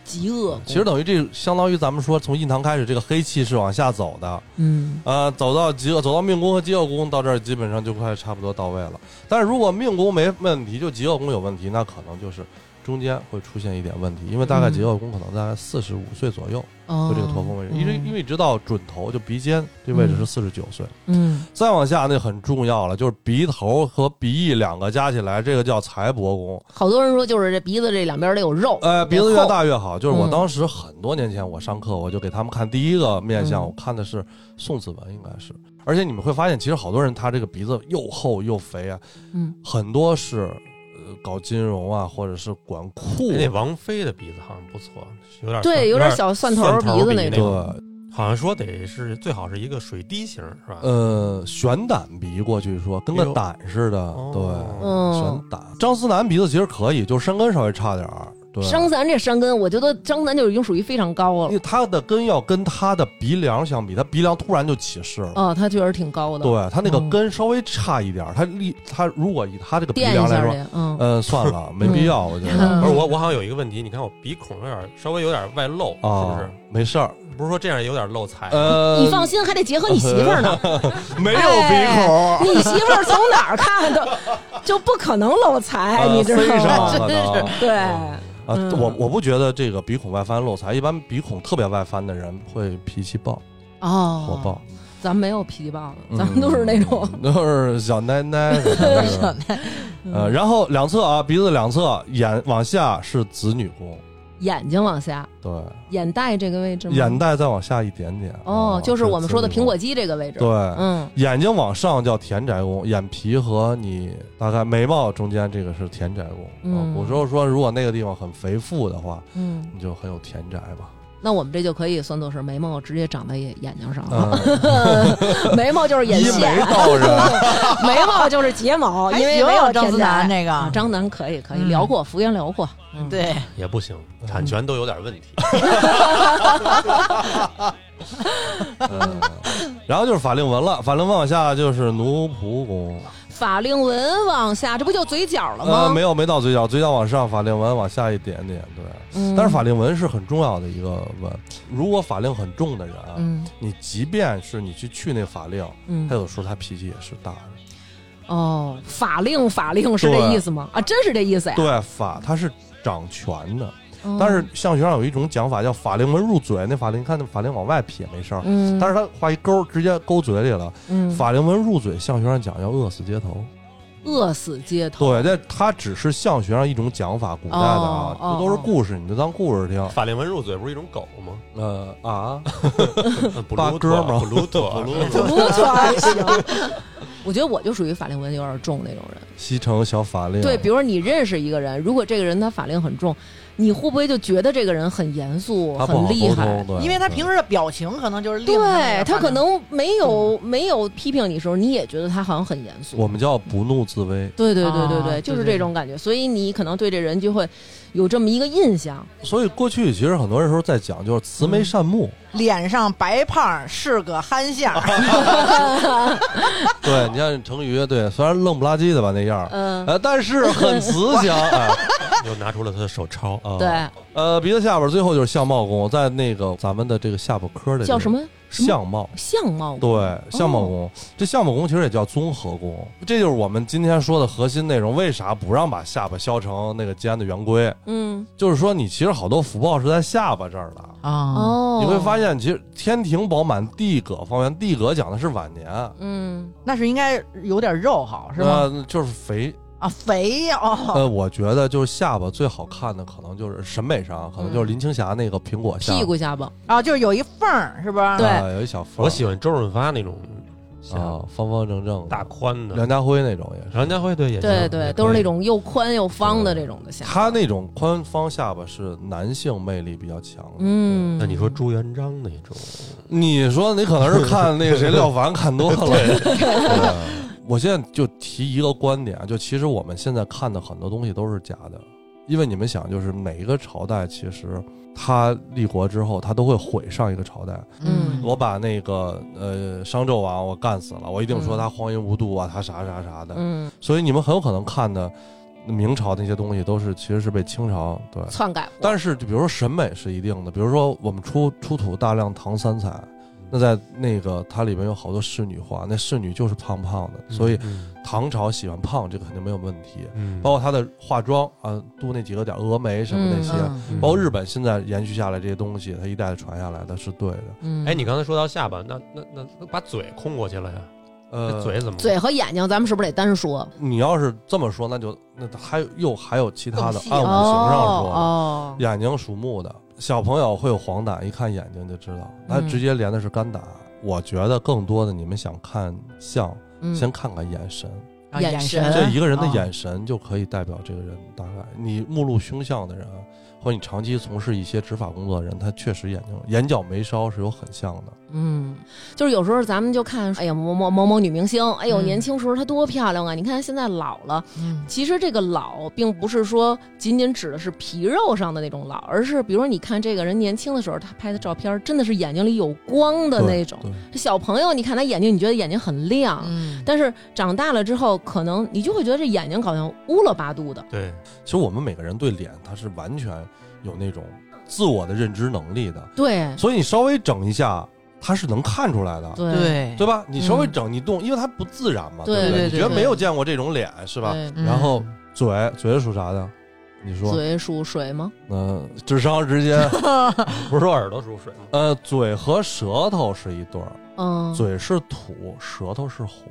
E: 极恶
D: 其实等于这相当于咱们说从印堂开始，这个黑气是往下走的，
E: 嗯
D: 呃，走到极恶，走到命宫和极恶宫到这儿，基本上就快差不多到位了。但是如果命宫没问题，就极恶宫有问题，那可能就是中间会出现一点问题，因为大概
E: 嗯
D: 极恶宫可能大概四十五岁左右，
E: 哦
D: 就这个驼峰位置，
E: 嗯
D: 因为因为直到准头就鼻尖这位置是四十九岁，
E: 嗯
D: 再往下那很重要了，就是鼻头和鼻翼两个加起来，这个叫财帛宫。
A: 好多人说就是这鼻子这两边儿得有肉，
D: 呃，鼻子
A: 得
D: 越
A: 厚
D: 大越好。就是我
E: 嗯
D: 当时很多年前，我上课我就给他们看第一个面相，
E: 嗯
D: 我看的是宋子文，应该是。而且你们会发现，其实好多人他这个鼻子又厚又肥啊，
E: 嗯，
D: 很多是呃搞金融啊，或者是管库
C: 哎那
D: 啊。
C: 王菲的鼻子好像不错，有点蒜
A: 对，有点小蒜头儿
C: 蒜头
A: 鼻
C: 儿
A: 子
C: 鼻
A: 那
C: 那
A: 种。
D: 对，
C: 好像说得是最好是一个水滴形是吧？
D: 呃，悬胆鼻过去说跟
C: 哎
D: 个
C: 呦
D: 胆似的，对，
C: 哦
A: 嗯，
D: 悬胆。张思南鼻子其实可以，就是山根稍微差点儿，对，
A: 张三这山根，我觉得张三就已经属于非常高
D: 因
A: 了。
D: 为他的根要跟他的鼻梁相比，他鼻梁突然就起势了。
A: 哦，他确实挺高的，
D: 对他那个
E: 嗯
D: 根稍微差一点儿，他力他如果以他这个鼻
A: 垫一
D: 梁来
A: 下
D: 说，
A: 去，嗯，
D: 嗯，算了，没必要，我觉得
E: 嗯
C: 不是我，我好像有一个问题，你看我鼻孔有点稍微有点外露，
D: 啊，
C: 是
D: 没事儿，
C: 不是？不是说这样有点漏财？
D: 呃，
A: 你放心，还得结合你媳妇儿 呢。
D: 没有鼻孔，
E: 你媳妇儿从哪儿看都就不可能漏
A: 哎
E: 财，
D: 呃
E: 你知
D: 塞
E: 道
D: 上
E: 吗？
D: 了的
E: 对，
D: 啊，
E: 嗯
D: 我我不觉得这个鼻孔外翻漏财，一般鼻孔特别外翻的人会脾气暴、
E: 哦
D: 火爆，
E: 咱们没有脾气暴的，
D: 嗯
E: 咱们都是那种，
D: 都是小奶奶，什么的呃，
A: 嗯
D: 然后两侧啊，鼻子两侧眼往下是子女宫，
A: 眼睛往下，
D: 对，
A: 眼袋这个位置吗？
D: 眼袋再往下一点点，
A: 哦
D: 啊，
A: 就是我们说的
D: 子
A: 苹
D: 女宫
A: 果肌这个位置。
D: 对，
A: 嗯，
D: 眼睛往上叫田宅宫，眼皮和你大概眉毛中间这个是田宅宫。
E: 嗯
D: 啊古时候说，如果那个地方很肥富的话，
E: 嗯，
D: 你就很有田宅 吧。
A: 那我们这就可以算作是眉毛直接长在眼眼睛上了。
D: 嗯，
A: 眉毛就是眼
D: 一眉
A: 线，啊
D: 道人，
E: 眉毛就是睫毛，
B: 还
E: 因为
B: 行
E: 没有
B: 哎张思
E: 天才
B: 楠这
A: 啊
B: 个，
A: 张楠可以可以
E: 嗯
A: 辽阔，幅员辽阔。嗯，
B: 对，
C: 也不行，产权都有点问题。
D: 嗯然后就是法令纹了，法令纹往下就是奴仆宫，
A: 法令纹往下，这不就嘴角了
D: 呃，
A: 吗？
D: 没有没到嘴角，嘴角往上，法令纹往下一点点，对。
A: 嗯
D: 但是法令纹是很重要的一个纹，如果法令很重的人，啊
A: 嗯
D: 你即便是你去去那法令，他
A: 嗯
D: 有时候他脾气也是大的。
A: 哦，法令法令是这
D: 对
A: 意思吗？啊，真是这意思呀。
D: 对，法它是掌权的，
A: 嗯
D: 但是相学上有一种讲法叫法令纹入嘴，那法令你看那法令往外撇没事儿，
A: 嗯，
D: 但是他画一勾直接勾嘴里了。
A: 嗯
D: 法令纹入嘴，相学上讲叫饿死街头。
A: 饿死街头。
D: 对，但它只是相学上一种讲法，古代的啊
A: 哦，哦
D: 这都是故事，你就当故事听。
C: 法令纹入嘴不是一种狗吗？
D: 呃啊，
C: 布
D: 八
C: 鲁
D: 哥
C: 特，
D: 吗
C: 布鲁特，
A: 不错，还行。我觉得我就属于法令纹有点重那种人。
D: 西城小法令。
A: 对，比如说你认识一个人，如果这个人他法令很重，你会不会就觉得这个人很严肃、
D: 他不好
A: 很厉
D: 沟
A: 害
D: 通，？对，
B: 因为他平
D: 时
B: 时的表情可能就是令
A: 对他
B: 他
A: 可能没有没有批评你的时候，你也觉得他好像很严肃。
D: 我们叫不怒自威。
A: 对对对对
E: 啊
A: 对，就是
E: 对对
A: 这种感觉，所以你可能对这人就会有这么一个印象。
D: 所以过去其实很多人时候在讲，就是慈
A: 嗯
D: 眉善目。
B: 脸上白胖是个憨相，
D: 对你像成语，对，虽然愣不拉几的吧那样儿，
A: 嗯，
D: 呃，但是很慈祥。哎
C: 又拿出了他的手抄。
D: 啊，
A: 对，嗯
D: 呃，鼻子下边最后就是相貌宫，在那个咱们的这个下巴颏儿的这个
A: 叫什么？什么哦
D: 相貌。
A: 相貌
D: 对，相貌宫，这相貌宫其实也叫综合宫，这就是我们今天说的核心内容。为啥不让把下巴削成那个吉安的圆规？
A: 嗯
D: 就是说，你其实好多福报是在下巴这儿的。
B: 啊，
A: 哦，
D: 你会发现，其实天庭饱满，地阁方圆，地阁讲的是晚年，
A: 嗯
B: 那是应该有点肉好是吗？
D: 呃，就是肥。
B: 啊，肥哦，
D: 呃，我觉得就是下巴最好看的，可能就是审美上，可能就是林青霞那个苹果下巴
A: 嗯屁股下巴，
B: 啊，就是有一缝儿是吧？
A: 对
D: 啊有一小缝儿
C: 我喜欢周润发那种下
A: 哦
C: 巴
D: 啊，方方正正的，
C: 大宽的，
D: 梁家辉那种也是。
C: 梁家辉对也
A: 对
C: 行
A: 对，
C: 也
A: 都是
C: 可以
A: 那种又宽又方的这种的下巴。
D: 他那种宽方下巴是男性魅力比较强的。
A: 嗯，
C: 那你说朱元璋那 种，
D: 你说你可能是看那个谁廖凡看多了。 对我现在就提一个观点啊，就其实我们现在看的很多东西都是假的，因为你们想，就是每一个朝代其实他立国之后，他都会毁上一个朝代。
A: 嗯
D: 我把那个呃商纣王我干死了，我一定说他荒淫无度啊，他啥啥啥的。
A: 嗯，
D: 所以你们很有可能看的明朝那些东西都是其实是被清朝对
A: 篡改过，
D: 但是，就比如说审美是一定的，比如说我们出出土大量唐三彩，那在那个它里面有好多仕女画，那仕女就是胖胖的，所以
C: 嗯
D: 唐朝喜欢胖这个肯定没有问题。
C: 嗯，
D: 包括她的化妆啊，镀那几个点儿峨眉什么那些，
B: 嗯
C: 嗯
D: 包括日本现在延续下来这些东西，它一代代传下来的是对的。
A: 嗯，
C: 哎，你刚才说到下巴，那那那那把嘴空过去了呀？
D: 呃，
C: 这，嘴怎么？
A: 嘴和眼睛，咱们是不是得单说？
D: 你要是这么说，那就那还有又还有其他的
A: 更细
D: 按五行上说，
A: 哦，
D: 眼睛属木的小朋友会有黄疸，一看眼睛就知道，他
A: 嗯
D: 直接连的是肝胆。我觉得更多的你们想看相，
A: 嗯哦
D: 先看看眼神，
B: 啊
A: 眼神
D: 这一个人的，
B: 啊
D: 眼神就可以代表这个人大概。你目露凶相的人，或你长期从事一些执法工作的人，他确实眼睛眼角眉梢是有很像的。
A: 嗯，就是有时候咱们就看，哎呀，某某某某女明星，哎呦，
B: 嗯
A: 年轻时候她多漂亮啊！你看现在老了，
B: 嗯
A: 其实这个老并不是说仅仅指的是皮肉上的那种老，而是比如说你看这个人年轻的时候，他拍的照片真的是眼睛里有光的那种。
D: 对，
A: 这小朋友，你看他眼睛，你觉得眼睛很亮，
B: 嗯，
A: 但是长大了之后，可能你就会觉得这眼睛好像乌了巴嘟的。
C: 对，
D: 其实我们每个人对脸，他是完全有那种自我的认知能力的，
A: 对
D: 所以你稍微整一下，他是能看出来的。
A: 对
B: 对
D: 对吧？你稍微
A: 嗯
D: 整，你动，因为它不自然嘛，
A: 对
D: 不
B: 对
D: 你
B: 对
D: 觉得
A: 对
D: 没有见过这种脸是吧？
A: 对
B: 嗯
D: 然后嘴，嘴是属啥的？你说，
A: 嘴属水吗？
D: 嗯，智商直接，
C: 不是说耳朵属水吗？
D: 呃，嘴和舌头是一对儿，
A: 嗯，
D: 嘴是土，舌头是火。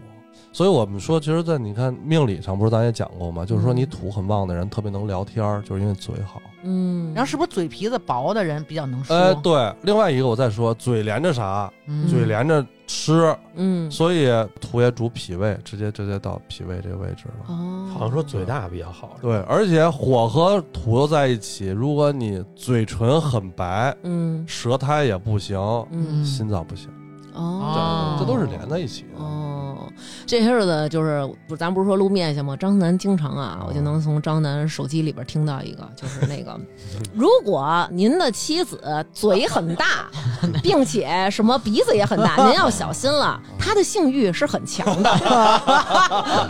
D: 所以我们说，其实，在你看命理上，不是咱也讲过
A: 嗯
D: 吗？就是说，你土很旺的人特别能聊天儿，就是因为嘴好。
A: 嗯，
B: 然后是不是嘴皮子薄的人比较能说？
D: 哎，对，另外一个我再说，嘴连着啥？
B: 嗯
D: 嘴连着吃，
A: 嗯，
D: 所以土也主脾胃，直接直接到脾胃这个位置了。
A: 哦，
C: 好像说嘴大比较好。
D: 对，而且火和土又在一起，如果你嘴唇很白，
A: 嗯
D: 舌苔也不行，
A: 嗯
D: 心脏不行，
C: 嗯
A: 哦，
D: 这都是连在一起的。
A: 哦，这些日子就是不，咱不是说撸面相吗？张楠经常啊，我就能从张楠手机里边听到一个，就是那 个，如果您的妻子嘴很 大，并且什么鼻子也很大，您要小心了，她的性欲是很强 的。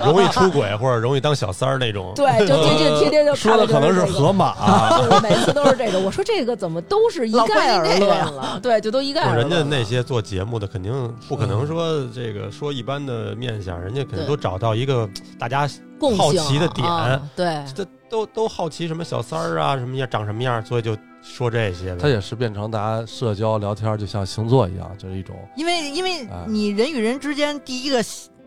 C: 容易出轨或者容易当小三儿那种。
A: 对，就天 天天天就
D: 说的可能是河马、
A: 就是每次都是这个，我说这个怎么都是一概而论了？对，就都一 概
C: 不
A: 而
C: 是
A: 论
C: 人
A: 了。
C: 家那些做节目的肯定不可
D: 嗯
C: 能说这个说一般的面相，人家肯定都找到一个大家
A: 共
C: 好
A: 性
C: 奇的点
A: 啊对，
C: 这都都好奇什么小三儿啊，什么样长什么样，所以就说这些
D: 它
C: 呗。
D: 也是变成大家社交聊天，就像星座一样，就是一种
B: 因为因为
D: 哎
B: 你人与人之间第一个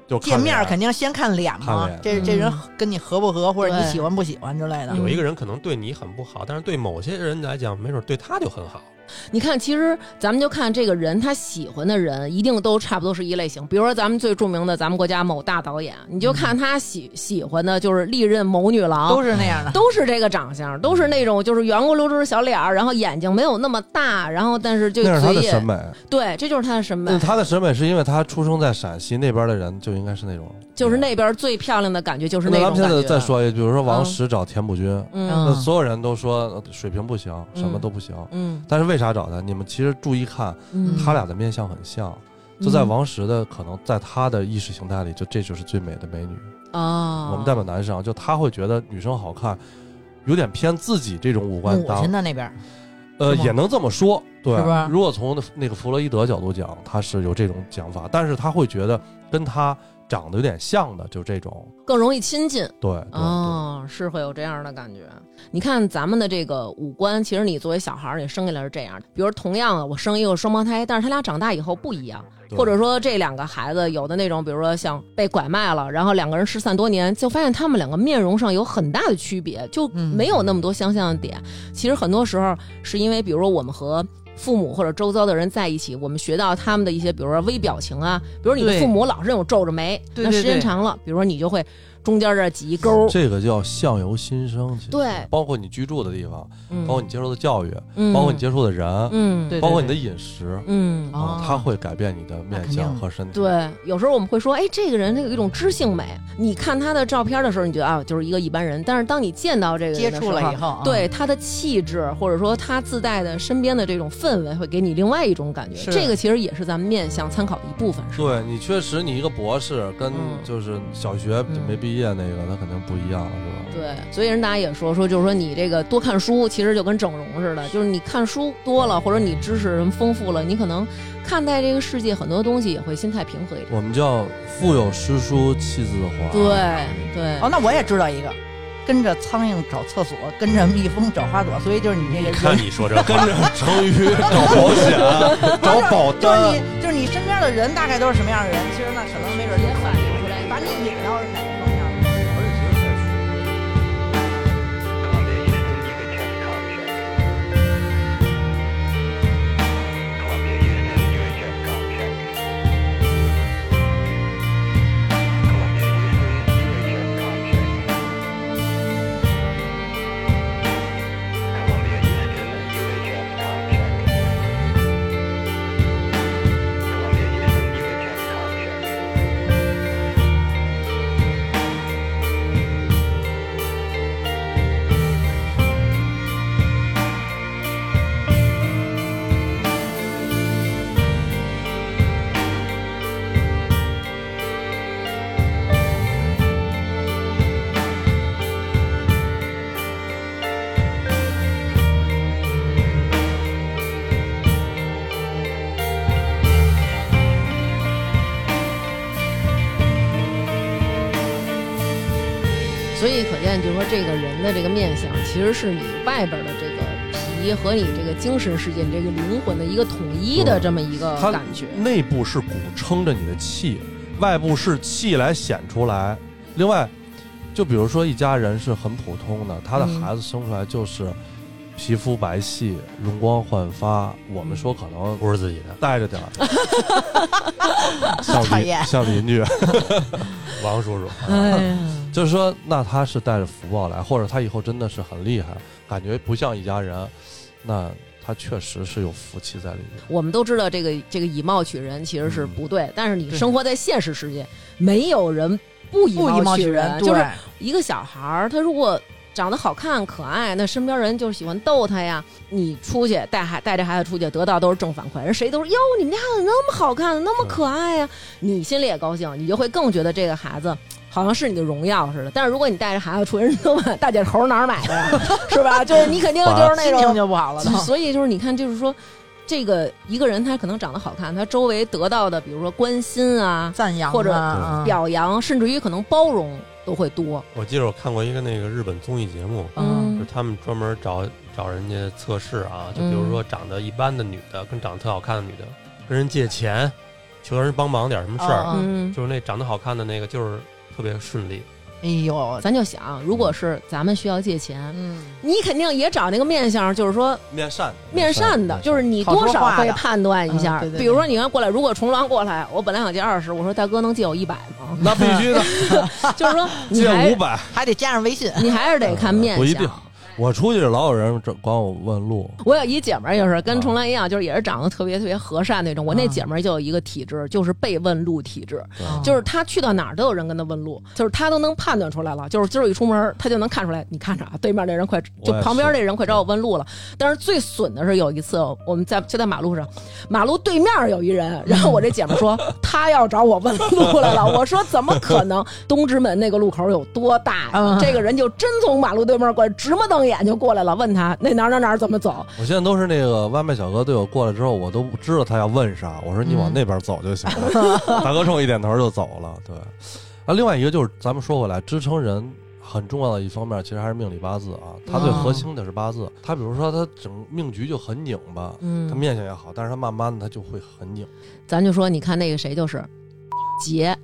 D: 就看
B: 见面
D: 脸
B: 肯定先看脸嘛
D: 看，脸
B: 这
A: 嗯
B: 这人跟你合不合，或者你
A: 对
B: 喜欢不喜欢之类的
A: 嗯。
C: 有一个人可能对你很不好，但是对某些人来讲，没准对他就很好。
A: 你看，其实咱们就看这个人，他喜欢的人一定都差不多是一类型。比如说，咱们最著名的咱们国家某大导演，你就
D: 嗯
A: 看他喜、喜欢的就是历任某女郎
B: 都。是那样的，
A: 都是这个长相，都是那种就是圆咕溜溜的小脸儿，然后眼睛没有那么大，然后但是就
D: 那是他
A: 嘴
D: 的
A: 也
D: 审美，
A: 对，这就是他的审美
D: 那，他的审美是因为他出生在陕西那边的人就应该是那种，
A: 就是那边最漂亮的感觉就是
D: 那咱
A: 种
D: 们
A: 感觉。
D: 现在再，说一，句，比如说王
A: 嗯
D: 石找田朴珺，
A: 嗯
B: 嗯
D: 那所有人都说呃水平不行，什么都不行，
A: 嗯
D: 但是为啥找他？你们其实注意看，
A: 嗯，
D: 他俩的面相很像，就在王石的可能在他的意识形态里，就这就是最美的美女。
A: 啊，
D: 我们代表男生，就他会觉得女生好看，有点偏自己这种五官
B: 母
A: 嗯
D: 搭
B: 亲。的那边，
D: 呃，
A: 是吗
D: 也能这么说，对啊
A: 是吧
D: 如果从那个弗洛伊德角度讲，他是有这种讲法，但是他会觉得跟他长得有点像的，就这种，
A: 更容易亲近。
D: 对，对对
A: 哦，是会有这样的感觉。你看咱们的这个五官，其实你作为小孩儿，你生下来是这样。比如同样的，我生一个双胞胎，但是他俩长大以后不一样，
D: 对
A: 或者说这两个孩子有的那种，比如说像被拐卖了，然后两个人失散多年，就发现他们两个面容上有很大的区别，就
B: 嗯
A: 没有那么多相像的点。其实很多时候是因为，比如说我们和父母或者周遭的人在一起，我们学到他们的一些，比如说微表情啊，比如你的
B: 对
A: 父母老是那种皱着眉，
B: 对
A: 那
B: 对
A: 时间
B: 对
A: 长了，比如说你就会中间这儿挤一勾，
D: 这个叫相由心生，其实
A: 对
D: 包括你居住的地方，
A: 嗯
D: 包括你接受的教育，
A: 嗯
B: 哦
D: 包括你接触的人，
A: 嗯
B: 对
D: 包括你的饮食，
A: 嗯。
B: 哦
D: 啊，它会改变你的面
B: 那肯
D: 相
B: 定
D: 和身体。
A: 啊对，有时候我们会说，哎，这个人他有一种知性美。你看他的照片的时候，你觉得啊，就是一个一般人。但是当你见到这个人
B: 接
A: 的
B: 触
A: 时候
B: 了以，后，
A: 对他的气质，或者说他自带的身边的这种氛围，会给你另外一种感觉。
B: 是
A: 这个其实也是咱们面相参考的一部分，是吧？
D: 对你确实，你一个博士跟
A: 嗯
D: 就是小学就没毕业那个，他肯定不一样了，是吧？
A: 对，所以人大家也说说，就是说你这个多看书，其实就跟整容似的，就是你看书多了，或者你知识什么丰富了，你可能看待这个世界很多东西也会心态平和一点。
D: 我们叫腹有诗书气自华。
A: 对对，
B: 哦，那我也知道一个，跟着苍蝇找厕所，跟着蜜蜂找花朵，所以就是你这个
C: 看
B: 人，
C: 你说这
D: 跟
C: 话，
D: 着成语找保险，啊找保
B: 就是
D: 单。
B: 你，就是你身边的人大概都是什么样的人？其实那可能没准也反映出来，把你引到哪个方向。
F: 抗跌也是一个健康选择，抗跌也是一个健康选择，抗跌也是一个健康选择，抗跌也是一个健康选择，抗跌也是一个健康选择。
A: 所以可见，就是说这个人的这个面相，其实是你外边的这个皮和你这个精神世界、你这个灵魂的一个统一的这么一个
D: 它
A: 感觉。
D: 内部是鼓撑着你的气，外部是气来显出来。另外，就比如说一家人是很普通的，他的
A: 嗯
D: 孩子生出来就是皮肤白皙、容光焕发。我
A: 嗯
D: 们说可能
C: 不是自己的，
D: 带着点儿，像
B: 讨
D: 邻
B: 厌
D: 像邻居，
C: 王叔叔，
A: 哎呀，
D: 就是说，那他是带着福报来，或者他以后真的是很厉害，感觉不像一家人，那他确实是有福气在里面。
A: 我们都知道这个这个以貌取人其实是不对，但是你
B: 嗯对
A: 生活在现实世界，没有人不以
B: 不以貌
A: 取
B: 取人，
A: 就是
B: 对
A: 一个小孩儿，他如果长得好看可爱，那身边人就喜欢逗他呀。你出去带孩带着孩子出去，得到都是正反馈，人谁都是哟，你们家怎么那么好看，那么可爱呀？你心里也高兴，你就会更觉得这个孩子。好像是你的荣耀似的，但是如果你带着孩子出去，人都问大姐头哪儿买的呀，是吧？ 就是你肯定就是那
B: 心情
A: 种，
B: 就不好了都。
A: 所以就是你看，就是说，这个一个人他可能长得好看，他周围得到的，比如说关心啊、
B: 赞扬啊
A: 或者
B: 啊
A: 表扬，甚至于可能包容都会多。
C: 我记得我看过一个那个日本综艺节目，
B: 嗯
C: 就是他们专门找找人家测试啊，就
A: 嗯
C: 比如说长得一般的女的跟长得特好看的女的，跟人借钱，求人帮忙点什么事儿，
B: 哦
A: 嗯，
C: 就是那长得好看的那个就是特别顺利，
B: 哎呦，
A: 咱就想，如果是咱们需要借钱，
B: 嗯，
A: 你肯定也找那个面相，就是说
D: 面善，
A: 面善的，就是你多少会判断一下
B: 好说话的嗯对。对对
A: 比如说，你看过来，如果重郎过来，我本来想借二十，我说大哥能借我一百吗？
D: 那必须的，
A: 就是说，你
D: 借五
A: 还
D: 百
B: 还得加上微信。
A: 你还是得看面
D: 不一定
A: 相。。
D: 我出去老有人这管我问路，
A: 我有一姐们儿，就是跟
D: 啊
A: 重兰一样，就是也是长得特别特别和善那种。我
B: 嗯
A: 那姐们儿就有一个体质，就是被问路体质，
D: 嗯
B: 啊
A: 就是她去到哪儿都有人跟她问路，就是她都能判断出来了。就是今儿一出门儿，她就能看出来，你看着啊，对面那人快，
D: 我
A: 就
D: 也是
A: 旁边那人快找我问路了。但是最损的是有一次，我们在就在马路上，马路对面有一人，然后我这姐们儿说她要找我问路来了， 我说怎么可能？东直门那个路口有多大呀
B: 啊？
A: 这个人就真从马路对面过来，直么瞪
E: 瞪眼就过来了，问他那哪儿哪儿哪儿怎么走。
D: 我现在都是那个外卖小哥对我过来之后，我都不知道他要问啥，我说你往那边走就行了。大哥冲我一点头就走了。对，啊，另外一个就是咱们说回来，支撑人很重要的一方面，其实还是命理八字啊。他
A: 哦
D: 最核心的是八字，他比如说他整个命局就很拧巴，他
A: 嗯，
D: 面相也好，但是他慢慢的他就会很拧。
A: 咱就说，你看那个谁就是杰，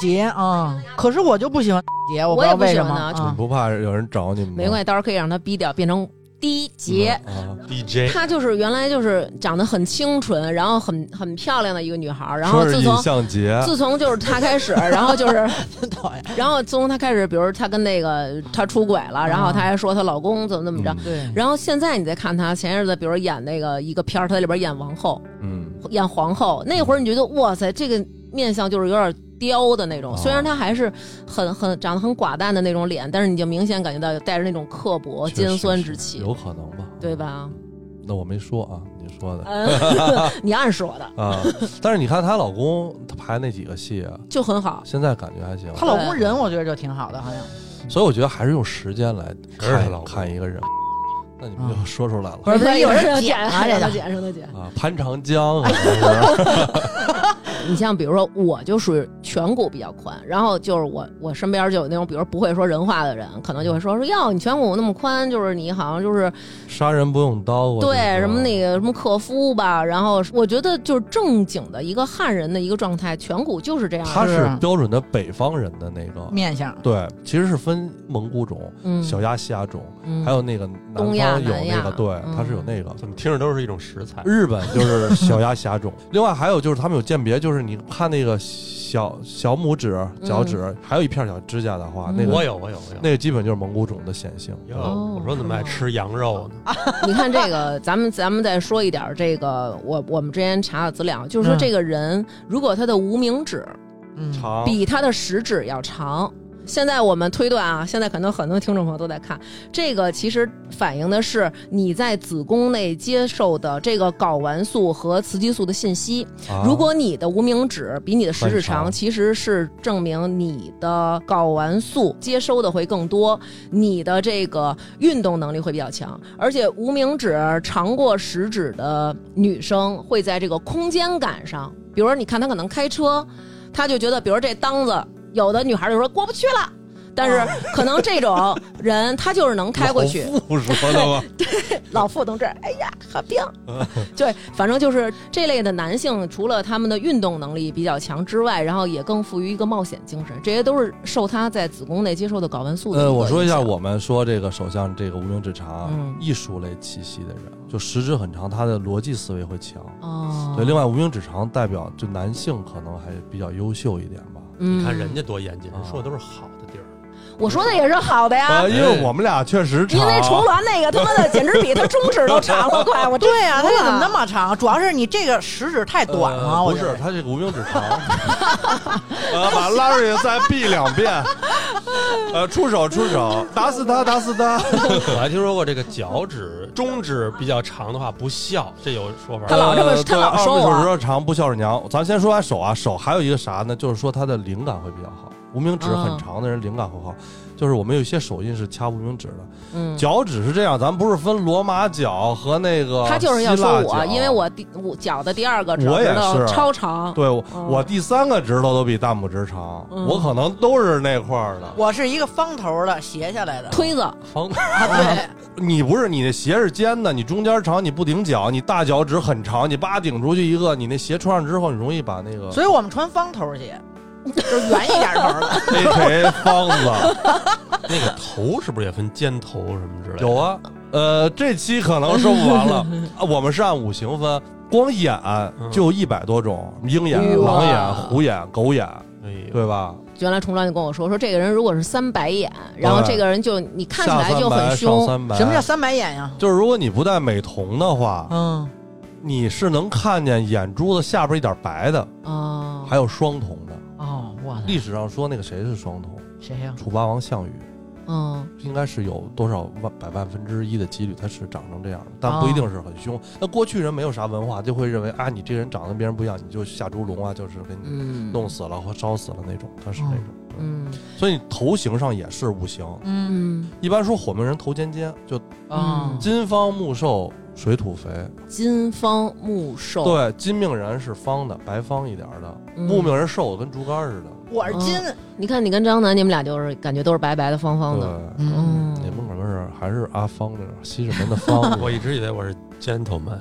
B: 结啊，可是我就不喜欢结，我不
A: 我
B: 知
A: 也
B: 道
A: 不
B: 为
A: 喜
B: 什
A: 欢
B: 么
A: 呢就
D: 你
B: 啊。
D: 不怕有人找你们吗？
A: 没关
D: 系，
A: 系，到时候可以让他逼掉，变成低杰。
D: 啊，
C: DJ
A: 她就是原来就是长得很清纯，然后很很漂亮的一个女孩儿，然后
D: 说是啊
A: 自
D: 尹
A: 从
D: 相杰，
A: 自从就是她开始，然后就是
B: 真讨厌。
A: 然后自从她开始，比如她跟那个她出轨了，然后她还说她老公怎么怎么着。
D: 啊嗯
B: 对，
A: 然后现在你再看她，前日子比如演那个一个片儿，她里边演王后，
D: 嗯，
A: 演皇后，那会儿你觉得哇塞，这个面相就是有点刁的那种。
D: 哦
A: 虽然她还是很很长得很寡淡的那种脸，但是你就明显感觉到有带着那种刻薄、
D: 确实
A: 尖酸
D: 是
A: 之气，
D: 有可能吧？嗯
A: 对？ 吧？
D: 那我没说啊，你说的。
A: 嗯， 你暗示我的
D: 啊，但是你看她老公，她拍那几个戏啊，
A: 就很好。
D: 现在感觉还行。
B: 她老公人我觉得就挺好的，好像
D: 所以我觉得还是用时间来
C: 谁是她
D: 看
C: 老公
D: 看一个人。啊那你们就说出来了
B: 不是不是
E: 有
B: 有
E: 人
B: 人
E: 剪
B: 剪啊这
E: 让
B: 个
E: 他剪，让他剪。
D: 啊，潘长江啊， 是不是
A: 你像比如说，我就属于颧骨比较宽，然后就是我我身边就有那种，比如不会说人话的人，可能就会说说哟，你颧骨那么宽，就是你好像就是
D: 杀人不用刀，啊我听
A: 对
D: 说
A: 什么那个什么克夫吧。然后我觉得就是正经的一个汉人的一个状态，颧骨就是这样的。
D: 他是
B: 是
D: 标准的北方人的那个，
B: 面相。
D: 对，其实是分蒙古种、
A: 嗯，
D: 小亚细亚种，
A: 嗯
D: 还有那个南
A: 东
D: 方
A: 亚
D: 有
A: 南
D: 那
A: 亚
D: 个，对，它是有
A: 嗯
D: 那个。
C: 怎么听着都是一种食材？
D: 日本就是小鸭虾种，另外还有就是他们有鉴别，就是你看那个小小拇指、脚趾，还有一片小指甲的话，
A: 嗯
D: 那
C: 我
D: 个
C: 有，我有，我有。
D: 那个基本就是蒙古种的显性。
C: 哟，
A: 哦
C: 我说怎么爱吃羊肉呢？
A: 你看这个，咱们咱们再说一点儿这个，我我们之前查的资料，就是说
B: 嗯
A: 这个人如果他的无名指
B: 嗯，
D: 长
A: 比他的食指要长。现在我们推断啊，现在可能很多听众朋友都在看这个，其实反映的是你在子宫内接受的这个睾丸素和雌激素的信息。
D: 啊
A: 如果你的无名指比你的食指
D: 反
A: 长，
D: 常
A: 其实是证明你的睾丸素接收的会更多，你的这个运动能力会比较强。而且无名指长过食指的女生，会在这个空间感上，比如说你看她可能开车，她就觉得，比如这裆子，有的女孩就说过不去了。但是可能这种人，她就是能开过去。 嗯
D: 老傅说 的吧，
A: 老傅同志，哎呀，好病。
D: 嗯
A: 对，反正就是这类的男性，除了他们的运动能力比较强之外，然后也更富于一个冒险精神，这些都是受他在子宫内接受的睾丸素的。
D: 呃，我说一下，，我们说这个首相这个无名指长，啊
A: 嗯
D: 艺术类气息的人，就食指很长，他的逻辑思维会强。
A: 哦，
D: 对，另外无名指长代表就男性可能还比较优秀一点吧。
A: 嗯
C: 你看人家多严谨，人说
D: 啊
C: 的都是好的 地儿。
A: 我说的也是好的呀。
D: 呃，因为我们俩确实
A: 啊因
D: 长。
A: 为虫卵那个他妈的，简直比他中指都长 了，快！我真
B: 对呀，
A: 服
B: 她
A: 了
B: 怎么那么长？主要是你这个食指太短了，
D: 呃
B: 我
D: 不
B: 觉
D: 是
B: 得。
D: 他这个无名指长，呃，把拉出去再闭两遍，呃，出手出手，打死他打死他。
C: 我还听说过这个脚趾、中指比较长的话不孝，这有说法。
A: 他老这么
D: 呃
A: 他老
D: 对
A: 说啊我
D: 二十手指长不孝顺娘。咱先说完手啊，手还有一个啥呢？就是说他的灵感会比较好，无名指
A: 嗯
D: 很长的人灵感会好。就是我们有一些手印是掐无名指的，
A: 嗯，
D: 脚趾是这样，咱不是分罗马脚和那个
A: 他就是要
D: 希腊
A: 说我，
D: 啊脚
A: 因为我第我脚的第二个指
D: 我也
A: 头
D: 是啊
A: 超长，
D: 对我
A: 哦
D: 我第三个指头都比大拇指长，
A: 嗯
D: 我可能都是那块儿的。
B: 我是一个方头的斜下来的，
A: 推子
D: 方
B: 啊对，
D: 你不是你的鞋是尖的，你中间长，你不顶脚，你大脚趾很长，你叭顶出去一个，你那鞋穿上之后，你容易把那个
B: 所以我们穿方头鞋，就是圆一点头
D: 哎
B: 的。
D: A K 方子
C: 那个头是不是也分尖头什么之类的？
D: 有啊。呃，这期可能说不完 了，啊我们是按五行分，光眼就一百多种，鹰
A: 哎
D: 眼、
A: 呦
D: 狼眼、
A: 哇
D: 虎眼、狗眼，
C: 哎呦，
D: 对吧？
A: 原来虫卵就跟我说，说这个人如果是三白眼，然后
D: 对
A: 这个人就你看起
D: 下
A: 来
D: 三
A: 就
D: 白
A: 很
D: 上
A: 凶，
D: 三白，
B: 什么叫？三白眼呀？
D: 就是如果你不戴美瞳的话，
B: 嗯，
D: 你是能看见眼珠子下边一点白的，
A: 哦，
D: 还有双瞳的。
B: 哦，我的
D: 历史上说那个谁是双瞳，
B: 谁呀？
D: 楚霸王项羽。
A: 嗯，
D: 应该是有多少万百万分之一的几率，他是长成这样的，但
A: 哦
D: 不一定是很凶。那过去人没有啥文化，就会认为啊，你这人长得跟别人不一样，你就下猪笼啊，就是给你
A: 嗯，
D: 弄死了或烧死了那种，他是那种。对
A: 嗯
D: 所以你头型上也是五行。
G: 嗯
A: 嗯
D: 一般说火命人头尖尖，就
B: 嗯
G: 哦
D: 金方木寿水土肥。
A: 金方木寿，
D: 对，金命人是方的，白方一点儿的；
A: 哦嗯
D: 木命人瘦的跟竹竿似的。
B: 我是金，
A: 你看你跟张楠，你们俩就是感觉都是白白的、方方的。
D: 对，
G: 嗯，
A: 嗯，
D: 你们可能是还是阿方那种西直门 的方。
C: 我一直以为我是 gentleman，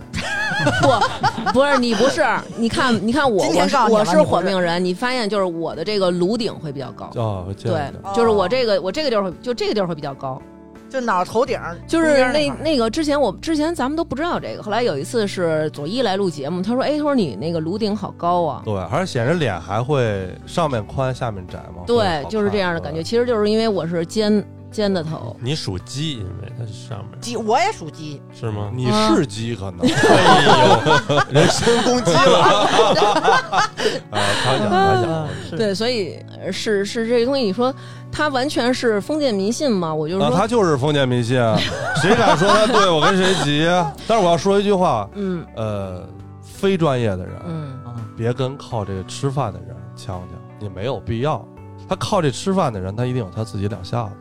A: 不不是你不是，你看你看我
B: 今天
A: 我是
B: 告诉你了
A: 我
B: 你不是
A: 火命人，你发现就是我的这个颅顶会比较高，
D: 啊，我见
A: 对
D: 过。，
A: 就是
B: 哦
A: 我这个我这个地儿会就这个地儿会比较高，
B: 就脑头顶，
A: 就是
B: 中
A: 那
B: 间块儿
A: 那个之前我之前咱们都不知道这个，后来有一次是左一来录节目，他说：“哎，他说你那个颅顶好高啊。”
D: 对，还是显着脸还会上面宽下面窄嘛？会好
A: 对，
D: 看
A: 就是这样的感觉。。其实就是因为我是尖尖的头，
C: 你属鸡，因为它是上面
B: 鸡，我也属鸡，
C: 是吗？
D: 你
A: 嗯
D: 是鸡可能，
C: 人身攻击了，
D: 哎，开玩笑，开玩笑。
A: 对，所以呃是是这个东西，你说它完全是封建迷信嘛？我就是
D: 那
A: 说，
D: 啊他就是封建迷信，啊谁敢说他对我跟谁急啊？但是我要说一句话，
A: 嗯
D: 呃，非专业的人，
A: 嗯
D: 别跟靠这个吃饭的人呛呛，你没有必要。他靠这吃饭的人，他一定有他自己两下
A: 呃
D: 子。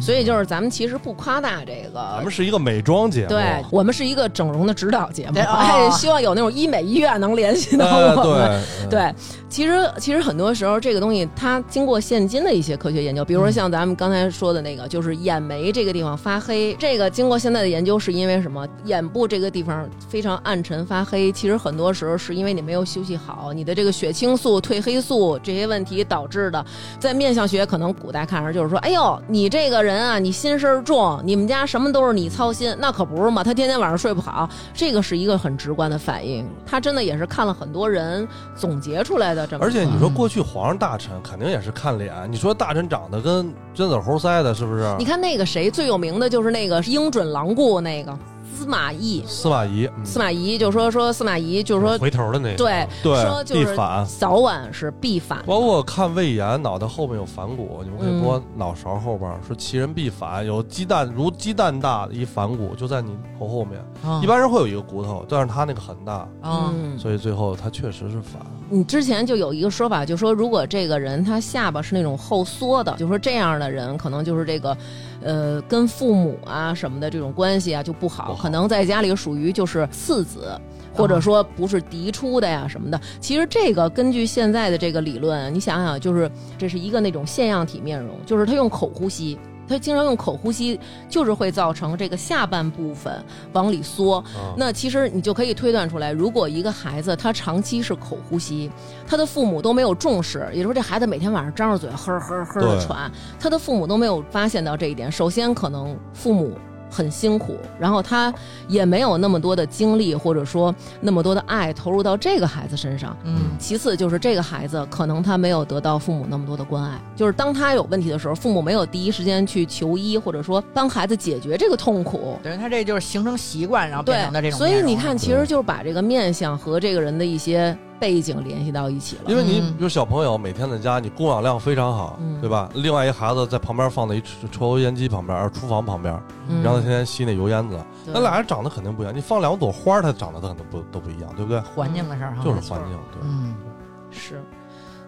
A: 所以就是咱们其实不夸大这
D: 咱
A: 个
D: 们。是一个美妆节目，哎
A: 对我们是一个整容的指导节目，
B: 对哦
A: 哎，希望有那种医美医院能联 系到
D: 呃，
A: 我们。
D: 对，
A: 对，其实其实很多时候这个东西它经过现今的一些科学研究，比如说像咱们刚才说的那个，就是眼眉这个地方发黑，这个经过现在的研究是因为什么？眼部这个地方非常暗沉发黑，其实很多时候是因为你没有休息好，你的这个血清素、褪黑素这些问题导致的。在面相学，可能古代看上就是说，哎呦，你这个人啊，你心事儿重，你们家什么都是你操心，那可不是嘛，他天天晚上睡不好，这个是一个很直观的反应。他真的也是看了很多人总结出来的这么一
D: 而
A: 个。
D: 且你
C: 嗯
D: 说过去皇上大臣肯定也是看脸，你说大臣长得跟榛子猴腮的，是不是？
A: 你看那个谁最有名的就是那个英准狼顾那个司马懿，
D: 司马懿，嗯
A: 司马懿就说说司马懿就是说
C: 回头的那个，
A: 对
D: 对
A: 说就是
D: 必反
A: 早晚是必反的，
D: 包括看魏延脑袋后面有反骨，你们
A: 嗯
D: 可以播脑勺后边儿说其人必反，有鸡蛋如鸡蛋大的一反骨就在你头后面。
G: 哦
D: 一般人会有一个骨头，但是他那个很大，
G: 哦
A: 嗯，
D: 所以最后他确实是反。
A: 你之前就有一个说法，就说如果这个人他下巴是那种后缩的，就说这样的人可能就是这个，呃，跟父母啊什么的这种关系啊就不好，
D: 不好
A: 可能在家里属于就是次子。或者说不是嫡出的呀什么的，其实这个根据现在的这个理论，你想想，就是这是一个那种腺样体面容，就是他用口呼吸，他经常用口呼吸，就是会造成这个下半部分往里缩，
C: 啊，
A: 那其实你就可以推断出来，如果一个孩子他长期是口呼吸，他的父母都没有重视，也就是说这孩子每天晚上张着嘴呵呵呵的
D: 对
A: 喘，他的父母都没有发现到这一点。首先，可能父母。很辛苦，然后他也没有那么多的精力，或者说那么多的爱投入到这个孩子身上。
G: 嗯
A: 其次就是这个孩子可能他没有得到父母那么多的关爱，就是当他有问题的时候，父母没有第一时间去求医，或者说帮孩子解决这个痛苦，
G: 等于他这就是形成习惯，然后变
A: 对
G: 成的这，种
A: 所
G: 面容了。嗯
A: 以你看，其实就是把这个面相和这个人的一些背景联系到一起了。
D: 因为你
G: 嗯
D: 比如小朋友每天在家，你供氧量非常好，
A: 嗯
D: 对吧？另外一孩子在旁边放在一抽抽油烟机旁边，呃厨房旁边，
A: 嗯
D: 然后他天天吸那油烟子，
A: 对
D: 那俩人长得肯定不一样。你放两朵花，他长得他可能不都不一样，对不对？
A: 嗯
G: 环境的事儿哈，
D: 就是环境，对。
G: 嗯，
A: 是，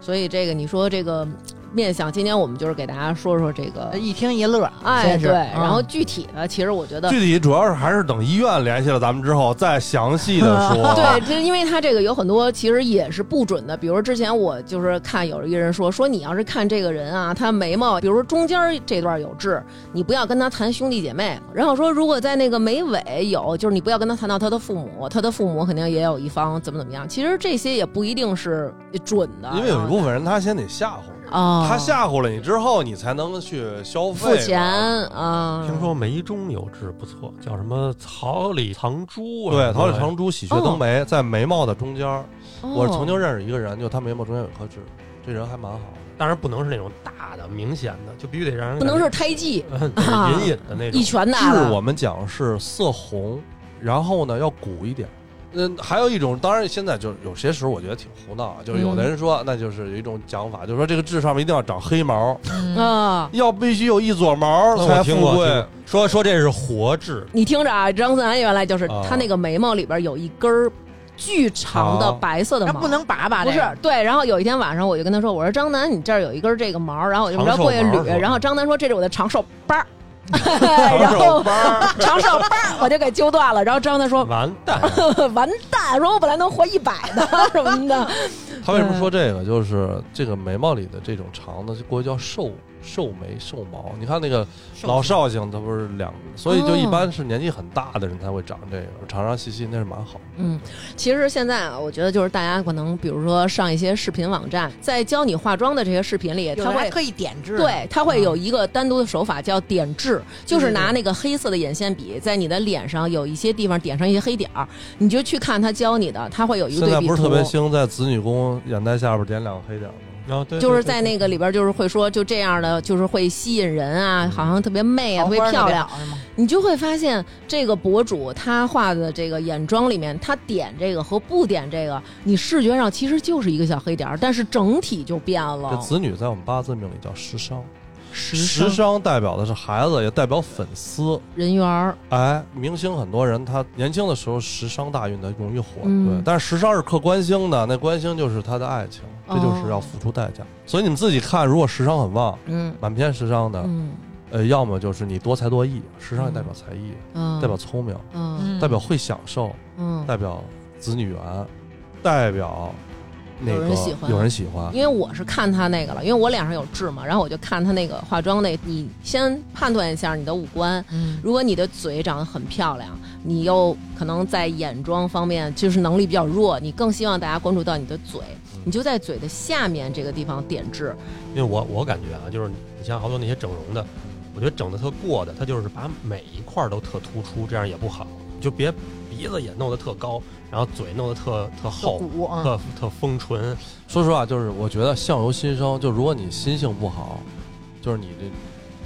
A: 所以这个你说这个面相，今天我们就是给大家说说这个，
G: 一听一乐，
A: 哎，
G: 真是
A: 对，
G: 嗯
A: 然后具体的，其实我觉得。
D: 具体主要是还是等医院联系了咱们之后再详细的说。
A: 对，这因为它这个有很多其实也是不准的，比如之前我就是看有一个人说说你要是看这个人啊，他眉毛，比如说中间这段有痣，你不要跟他谈兄弟姐妹。然后说如果在那个眉尾有，就是你不要跟他谈到他的父母，他的父母肯定也有一方怎么怎么样。其实这些也不一定是准的，
D: 因为有一部分人他先得吓唬你，
A: 啊，
D: 他吓唬了你之后，你才能去消费
A: 付
D: 嘛。
A: 钱
D: 嗯
A: 啊，
C: 听说眉中有痣不错，叫什么桃李藏珠啊？
D: 对，桃李藏珠，喜鹊登梅，在眉毛的中间儿。
A: 哦
D: 我曾经认识一个人，就他眉毛中间有颗痣，这人还蛮好的。
C: 当然不能是那种大的、明显的，就必须得让人
A: 不能是胎记
C: 感觉
A: 啊
C: 隐隐的那种
A: 一。拳打
D: 痣
A: 了
D: 我们讲是色红，然后呢要鼓一点。嗯，还有一种，当然现在就是有些时候我觉得挺胡
C: 嗯
D: 闹啊，就是有的人说，那就是有一种讲法，就是说这个痣上面一定要长 黑毛，
G: 嗯
A: 啊。
D: 要必须有一撮毛
C: 那
D: 才
C: 我听
D: 富
C: 过，
D: 贵
C: 听。过说说这是活痣，
A: 你听着啊，张思涵原来就是
D: 啊
A: 他那个眉毛里边有一根儿巨长的
D: 哦
A: 白色的
G: 那
A: 毛，
G: 不能拔吧？
A: 不
G: 这
A: 是
G: 个，
A: 对，然后有一天晚上，我就跟他说：“我说张楠，你这儿有一根这个毛儿，然后我就着过去
C: 长寿毛
A: 捋。
C: 是”吧
A: 然后张楠说：“这是我的长寿班儿。” 然后长寿班儿，我就给揪断了。然后张楠说
C: 完蛋！：“
A: 完蛋！说我本来能活一百的什么的。
D: 他为什么说这个？就是这个眉毛里的这种长的，过去叫寿寿眉寿毛。你看那个老绍兴，他不是两，所以就一般是年纪很大的人才会长这个，长长细细那是蛮好。”
A: 嗯，其实现在啊，我觉得就是大家可能，比如说上一些视频网站，在教你化妆的这些视频里，
G: 有
A: 他
G: 的还
A: 会
G: 可以点
D: 啊
G: 痣，
A: 对，它会
G: 嗯
A: 有一个单独的手法叫点痣，
D: 嗯
A: 就是
G: 对对
A: 拿
G: 对
A: 那个黑色的眼线笔在你的脸上有一些地方点上一些黑点儿，你就去看他教你的，他会有一个
D: 现
A: 对
D: 在
A: 比
D: 不
A: 图。
D: 是特别兴在子女宫眼袋下边点两个黑点儿吗？
C: 然后对，
A: 就是
C: 对
A: 在那个里边，就是会说，就这样的，就是会吸引人啊，好像特别媚啊，
G: 桃
A: 特
G: 花
A: 别
G: 特别
A: 漂亮。
G: 好是吗？
A: 你就会发现，这个博主他画的这个眼妆里面，他点这个和不点这个，你视觉上其实就是一个小黑点儿，但是整体就变
D: 这
A: 了。
D: 子女在我们八字命里叫食伤，
A: 时
D: 食伤代表的是孩子，也代表粉丝。
A: 人缘儿，
D: 哎，明星很多人他年轻的时候食伤大运，他容易火，
A: 嗯
D: 对。但是食伤是克官星的，那官星就是他的爱情，这
A: 哦
D: 就是要付出代价。所以你们自己看，如果食伤很旺，
A: 嗯
D: 满篇食伤的，
A: 嗯
D: 呃，要么就是你多才多艺，食伤也代表才艺，
A: 嗯，
D: 代表聪明，
A: 嗯
D: 代表会享受，
A: 嗯，
D: 代表子女缘，代表那
A: 有
D: 个
A: 人喜欢啊
D: 有人喜欢。
A: 因为我是看他那个了，因为我脸上有痣嘛，然后我就看他那个化妆那，你先判断一下你的五官。
G: 嗯，
A: 如果你的嘴长得很漂亮，你又可能在眼妆方面就是能力比较弱，你更希望大家关注到你的嘴，你就在嘴的下面这个地方点痣。
C: 因为我我感觉啊，就是你像好多那些整容的，我觉得整的特过的，他就是把每一块儿都特突出，这样也不好。你就别鼻子也弄得特高，然后嘴弄得特特厚，
G: 鼓啊，
C: 特特丰唇，
D: 说实话，就是我觉得相由心生，就如果你心性不好，就是你这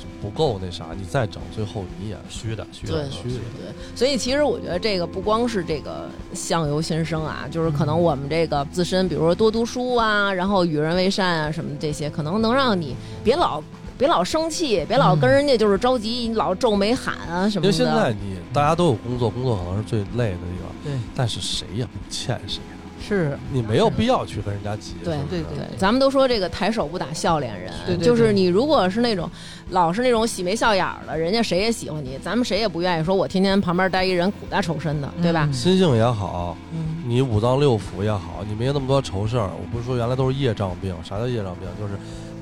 D: 就不够那啥，你再整，最后你也是
C: 虚的虚
A: 对
C: 的
D: 虚
C: 虚
D: 的
C: 的。
A: 对，所以其实我觉得这个不光是这个相由心生啊，就是可能我们这个自身，比如说多读书啊，然后与人为善啊什么这些，可能能让你别 老别老生气，别老跟人家就是着急，你老皱眉喊啊什
D: 嗯因
A: 么
D: 为
A: 的。
D: 现在你大家都有工作，工作可能是最累的地方，
G: 对，
D: 但是谁也不欠谁啊，
G: 是
D: 你没有必要去跟人家急。
A: 对
D: 是不是
G: 对
A: 对，咱们都说这个抬手不打笑脸人，
G: 对对
A: 就是
G: 对
A: 你如果是那种老是那种喜眉笑眼儿的，人家谁也喜欢你，咱们谁也不愿意说我天天旁边待一人苦大仇深的，对吧？？
D: 心性也好，
G: 嗯
D: 你五脏六腑也好，你没那么多愁事儿。我不是说原来都是业障病，啥叫业障病？就是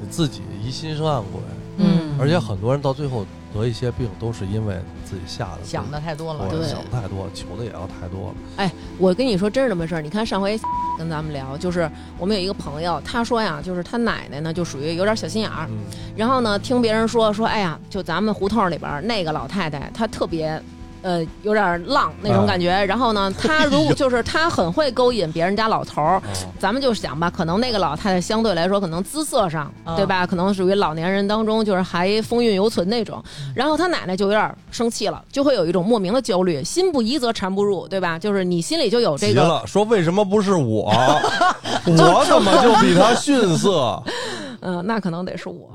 D: 你自己疑心生暗鬼，
A: 嗯
D: 而且很多人到最后得一些病，都是因为自己吓的。
G: 想的太多了，
D: 我
A: 对
D: 想太多，求的也要太多了。
A: 我跟你说，真是这么回事儿。你看上回跟咱们聊，就是我们有一个朋友，他说呀，就是他奶奶呢，就属于有点小心眼儿。
D: 嗯，
A: 然后呢，听别人说说，哎呀，就咱们胡同里边儿那个老太太，她特别。呃，有点浪那种感觉。然后呢，她如果就是她很会勾引别人家老头
G: 哎
A: 儿，
D: 哦
A: 咱们就想吧，可能那个老太太相对来说，可能姿色上，
G: 啊
A: 对吧？可能属于老年人当中就是还风韵犹存那种。然后她奶奶就有点生气了，就会有一种莫名的焦虑，心不疑则禅不入，对吧？就是你心里就有这
D: 急
A: 个
D: 了，说为什么不 是我？我怎么就比他逊色？
A: 嗯，那可能得是 我，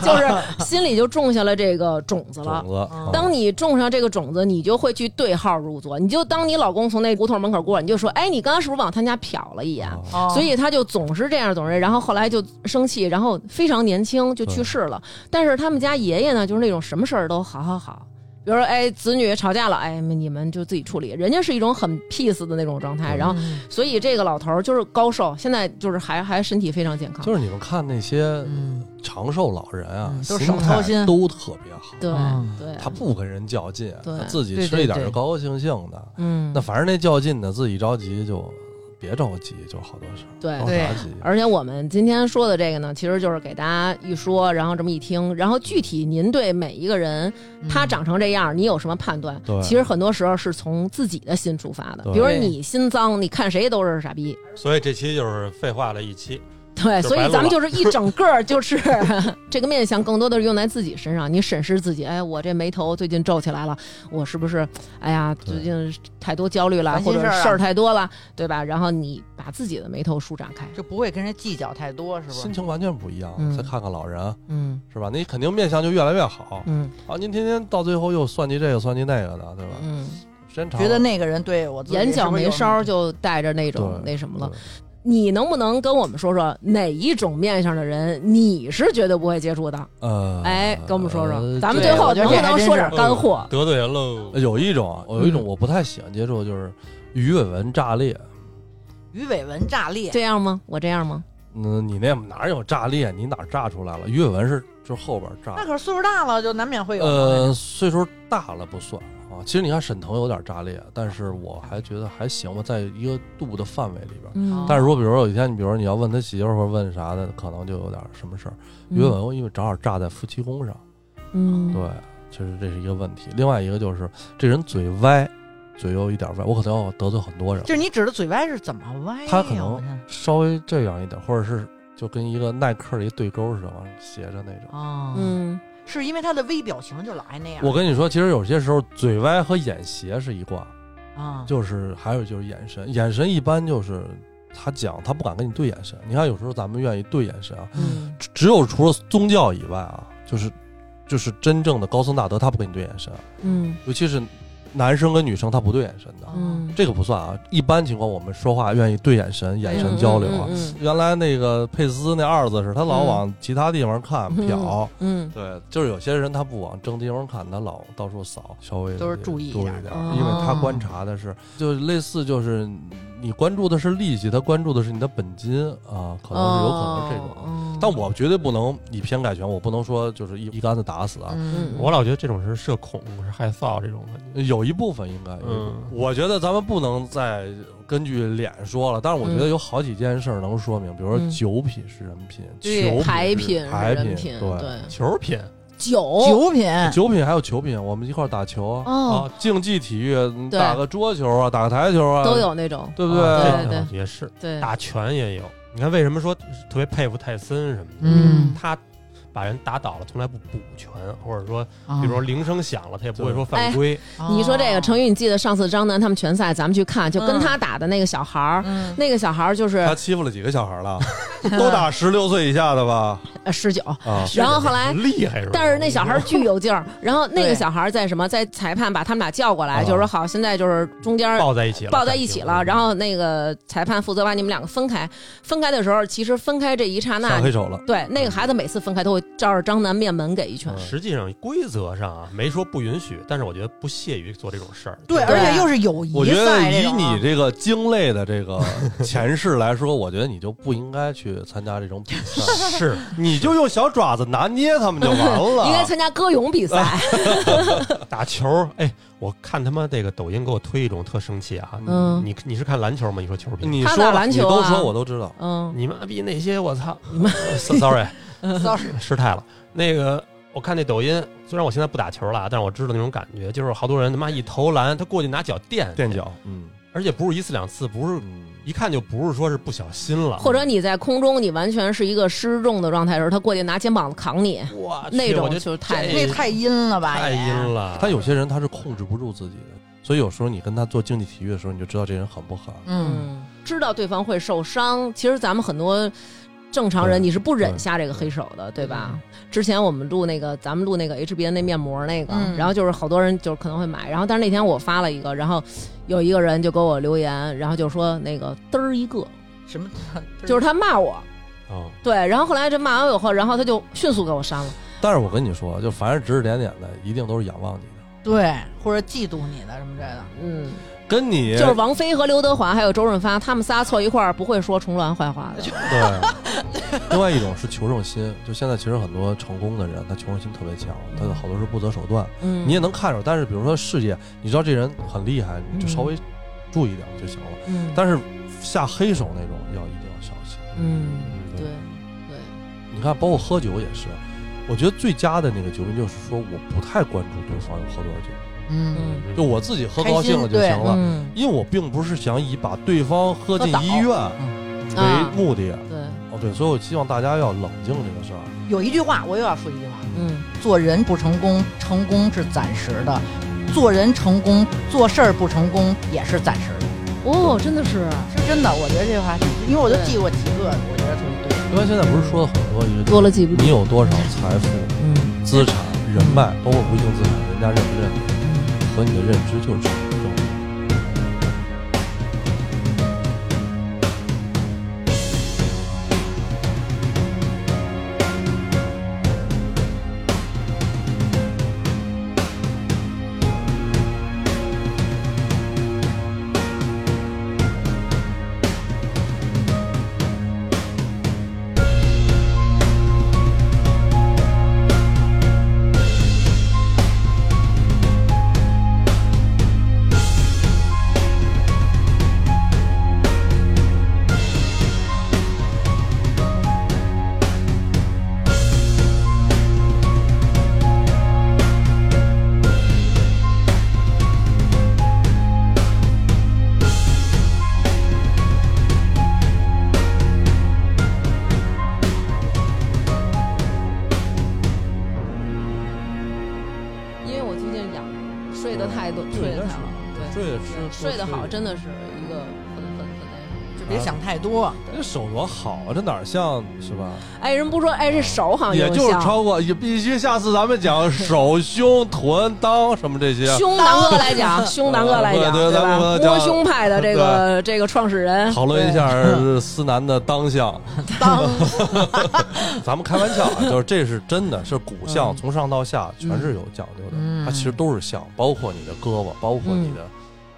A: 就是心里就种下了这个种子了
D: 种。
G: 嗯
D: 子，
A: 当你种上这个种子，你就会去对号入座。你就当你老公从那胡同门口过，你就说：“哎，你刚刚是不是往他家瞟了一眼？”
D: 啊
G: 哦
A: 所以他就总是这样，总是，然后后来就生气，然后非常年轻就去世了。但是他们家爷爷呢，就是那种什么事儿都好好好，比如说，哎，子女吵架了，哎，你们就自己处理。人家是一种很 peace 的那种状态，然后，
G: 嗯
A: 所以这个老头儿就是高寿，现在就是还还身体非常健康。
D: 就是你们看那些
G: 嗯，
D: 长寿老人啊，
G: 嗯都
D: 心
G: 手
D: 态
G: 掏心
D: 都特别好。
A: 对
G: 嗯
A: 对，
D: 啊他不跟人较劲，
A: 对
D: 他自己
G: 对
D: 吃一点
G: 对对
D: 就高高兴兴的。
A: 嗯
D: 那，反正那较劲的，自己着急就别着急，就好多事儿。
A: 对
G: 哎
D: 着
G: 对
D: 啥急？
A: 而且我们今天说的这个呢，其实就是给大家一说，然后这么一听，然后具体您对每一个人
B: 嗯
A: 他
G: 嗯
A: 长成这样，你有什么判断？
D: 对
A: 其实很多时候是从自己的心出发的。
D: 对
A: 比如说你心脏，你看谁都是傻逼。
C: 所以这期就是废话了一期，
A: 对，
C: 就
A: 所以
C: 白录
A: 咱们
C: 了
A: 就是一整个儿就是这个面相，更多的是用在自己身上。你审视自己，哎，我这眉头最近皱起来了，我是不是，哎呀，
D: 对
A: 最近太多焦虑了，
G: 烦
A: 或
G: 心
A: 者
G: 事儿啊
A: 事儿太多了，对吧？然后你把自己的眉头舒展开，
G: 就不会跟人计较太多，是
D: 心
G: 吧？
D: 情完全不一样
A: 嗯。
D: 再看看老人，
A: 嗯
D: 是吧？你肯定面相就越来越好
A: 嗯
D: 啊！您天天到最后又算计这个算计那个的，对吧？
A: 嗯，
D: 时间长
B: 觉
D: 了
B: 得那个人对我自己
A: 眼
B: 是
A: 角
B: 不是
A: 眉
B: 有
A: 梢就带着那种
D: 对
A: 那什么了。
D: 对
A: 你能不能跟我们说说哪一种面相的人你是绝对不会接触的？
D: 呃，
A: 哎，跟我们说说，
D: 呃
A: 咱们
G: 对
A: 最后
G: 我觉
A: 能
G: 得
A: 不
G: 这还
A: 能
G: 真
A: 说
G: 是
A: 点
D: 嗯
A: 干货？
C: 嗯得罪人喽。
D: 有一种啊，有一种
A: 嗯
D: 我不太喜欢接触，就是鱼尾纹炸裂。
G: 鱼尾纹炸裂，
A: 嗯这样吗？我这样吗？
D: 嗯，你那哪有炸裂？你哪儿炸出来了？鱼尾纹是就是后边炸
B: 那。可是岁数大了，就难免会有嘛。
D: 呃，岁数大了不算啊。其实你看沈腾有点炸裂，但是我还觉得还行吧，在一个度的范围里边。
A: 嗯，
D: 但是如果比如说有一天，你比如说你要问他媳妇儿或者问啥的，可能就有点什么事儿。鱼尾纹因为正好炸在夫妻宫上，
A: 嗯，
D: 对，其实这是一个问题。另外一个就是这人嘴歪，嘴有一点歪，我可能要得罪很多人。
G: 就是你指的嘴歪是怎么歪呀？
D: 他可
G: 我天
D: 能稍微这样一点，或者是就跟一个耐克的一对勾似的，往上斜着那种。
G: 哦，
A: 嗯，
G: 是因为他的微表情就老爱那样。
D: 我跟你说，其实有些时候嘴歪和眼斜是一挂，
G: 啊，
D: 就是还有就是眼神，眼神一般就是他讲他不敢跟你对眼神。你看有时候咱们愿意对眼神啊，
A: 嗯，
D: 只只有除了宗教以外啊，就是就是真正的高僧大德他不跟你对眼神，啊
A: 嗯，
D: 尤其是男生跟女生他不对眼神
G: 啊
D: 的，
A: 嗯，
D: 这个不算啊。一般情况我们说话愿意对眼神，眼神交流啊。
A: 嗯嗯
D: 原来那个佩斯那二子是他老往其他地方看、
A: 嗯
D: 瞟，
A: 嗯，
D: 对，就是有些人他不往正地方看，他老到处扫，稍微
G: 都是注意一
D: 注意
G: 点
D: 点
G: 的
D: 儿，因为他观察的是，就类似就是你关注的是利息，他关注的是你的本金啊，可能是有可能是这
A: 哦
D: 种。
A: 种
D: 但我绝对不能以偏概全，我不能说就是一一竿子打死啊。
G: 嗯，
C: 我老觉得这种是社恐，是害臊这种感觉。
D: 有一部分应该，有一部分
C: 嗯
D: 我觉得咱们不能再根据脸说了，但是我觉得有好几件事儿能说明，比如说
A: 嗯
D: 酒品是人品，
A: 对
D: 球
A: 牌
D: 品
A: 品
D: 是
A: 是
D: 牌
A: 人品，
D: 对，
C: 球品
G: 哦
A: 酒
B: 酒品，
D: 酒品还有球品，我们一块儿打球啊，
A: 哦，
D: 啊，竞技体育嗯
A: 对
D: 打个桌球啊，打个台球啊，
A: 都，有那种，
D: 对不对？
A: 啊
C: 这
A: 对
C: 种也是
A: 对，
C: 打拳也有。你看为什么说特别佩服泰森什么的？
G: 嗯，
C: 他把人打倒了，从来不补拳，或者说，
G: 比
C: 比
A: 嗯
C: 如说铃声响了，他也不会说犯规。
A: 你说这个成
G: 语，
A: 宇，你记得上次张楠他们拳赛，咱们去看，就跟
G: 嗯
A: 他打的那个小孩儿，
G: 嗯，
A: 那个小孩儿就是
D: 他欺负了几个小孩了， 都打十六岁以下的吧？
A: 呃十九，
D: 啊，
A: 然后后来
C: 厉害是吧？
A: 但是那小孩儿巨有劲儿，然后那个
G: 对
A: 小孩儿在什么，在裁判把他们俩叫过
D: 啊
A: 来，就是说好，现在就是中间儿
C: 抱在一起了，嗯
A: 抱在一起了，
C: 感觉
A: 然后那个裁判负责把你们两个分开。分开的时候，其实分开这一刹
D: 下
A: 那，
D: 黑手了，
A: 对那个孩子每次分开都会照着张楠面门给一拳。
C: 嗯实际上规则上啊没说不允许，但是我觉得不屑于做这种事儿。
B: 对，而且又是友谊
D: 我觉得
B: 赛这
D: 以
B: 种啊
D: 你这个经类的这个前世来说，我觉得你就不应该去参加这种比赛，
C: 是
D: 你就用小爪子拿捏他们就完
A: 应该
D: 了。
A: 参加歌咏比赛，
C: 打球，哎，我看他妈这个抖音给我推一种特生气啊！
A: 嗯
C: 你你是看篮球吗？你说球评，
D: 你
A: 他
D: 说
A: 打
D: 吧
A: 篮球
D: 你都
A: 啊
D: 说我都知道。
A: 嗯，
C: 你妈逼那些我操 ，sorry sorry 失态了。那个我看那抖音，虽然我现在不打球了啊，但是我知道那种感觉，就是好多人他妈一投篮，他过去拿脚垫
D: 垫，脚，嗯
C: 而且不是一次两次，不是
D: 嗯，
C: 一看就不是说是不小心了，
A: 或者你在空中，你完全是一个失重的状态的时候，他过去拿肩膀子扛你，
C: 我去
A: 那
C: 我
A: 种
C: 觉得
A: 就是哎太
C: 这
B: 那太阴了吧？
C: 太
B: 也
C: 阴了。
D: 他有些人他是控制不住自己的，所以有时候你跟他做竞技体育的时候，你就知道这人狠不狠。
G: 嗯，
A: 知道对方会受伤。其实咱们很多正常人，
D: 对
A: 你是不忍
D: 对
A: 下这个黑手的，对吧？之前我们录那个，咱们录那个 HBN 那面膜那个，
G: 嗯
A: 然后就是好多人就是可能会买，然后但是那天我发了一个，然后有一个人就给我留言，然后就说那个嘚儿一个，
G: 什么
A: 就是他骂我，
C: 嗯
A: 对，然后后来这骂完我以后，然后他就迅速给我删了，
D: 但是我跟你说，就凡是指指点点的，一定都是仰望你的，
G: 对，或者嫉妒你的什么之类的，
A: 嗯，
D: 跟你
A: 就是王菲和刘德华还有周润发，他们仨凑一块儿不会说重峦坏话的，
D: 对。另外一种是求胜心，就现在其实很多成功的人，他求胜心特别强，他好多是不择手段。
A: 嗯，
D: 你也能看出，但是比如说事业，你知道这人很厉害，你就稍微注意点就行了。
A: 嗯，
D: 但是下黑手那种要一定要小心。
A: 嗯，对对，
D: 你看，包括喝酒也是，我觉得最佳的那个酒品就是说，我不太关注对方有喝多少酒，
G: 嗯，
A: 嗯
D: 就我自己喝高兴了就
G: 开心对
D: 行了，
A: 嗯。
D: 因为我并不是想以把对方喝进
G: 喝倒
D: 医院为
A: 啊
D: 目的。
A: 对，
D: 哦，对，所以我希望大家要冷静这个事儿。
G: 嗯有一句话我又要说一句话，
A: 嗯，
G: 做人不成功，成功是暂时的；做人成功，做事儿不成功也是暂时的。
A: 哦，真的是，
G: 是真的，我觉得这句话，因为我就
A: 对
G: 记过几个，我觉得特别对。
D: 因为现在不是说了很多，一个
A: 多了
G: 嗯
A: 记不住
D: 你有多少财富、
A: 嗯
G: 嗯
D: 资产、人脉，包括无形资产，人家认不认可，和你的认知就是成
C: 种。
A: 因为我最近养睡得太多，睡得
D: 嗯对，但
A: 太
D: 是
A: 好，对，
D: 睡得是多
A: 睡得好
D: 一点
A: 真的是一个很很很那什么。
G: 就别想太多。
D: 这手多好啊，这哪儿像是吧？
A: 哎，人不说，哎，这手好像
D: 也
A: 有
D: 就是
A: 像
D: 超过，也必须下次咱们讲手、胸、臀、裆什么这些。
A: 胸南哥来 讲，胸南哥来讲，
D: 对对咱们
A: 吧？
D: 讲
A: 摸胸派的这个这个创始人，
D: 讨论一下呃思南的当相，当， 咱们开玩笑啊，就是这是真的，是骨相，从上到下全是有讲究的，
G: 嗯
D: 它其实都是相，包括你的胳膊，包括你的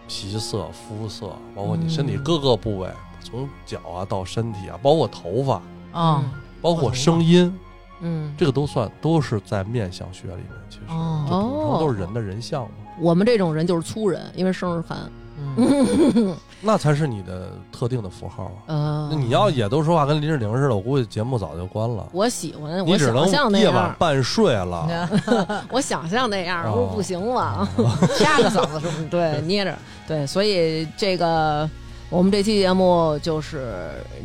D: 皮色、肤色，包括你身体各个部位，从脚啊到身体啊，包括头发，
G: 啊
D: 包括声音，
A: 嗯，
D: 这个都算都是在面相学里面，其实
G: 哦
D: 就顶上都是人的人相嘛，
A: 我们这种人就是粗人，因为生日寒，
G: 嗯
D: 那才是你的特定的符号啊。
A: 呃
D: 那，你要也都说话跟林志玲似的，我估计节目早就关了。
A: 我喜欢，
D: 你
A: 我
D: 只
A: 想象
D: 能
A: 那
D: 夜晚
A: 样，
D: 半睡了。
A: 我想象那样，
D: 哦
A: 不是不行吗？
G: 掐着嗓子说，
A: 对，捏着，对，所以这个我们这期节目就是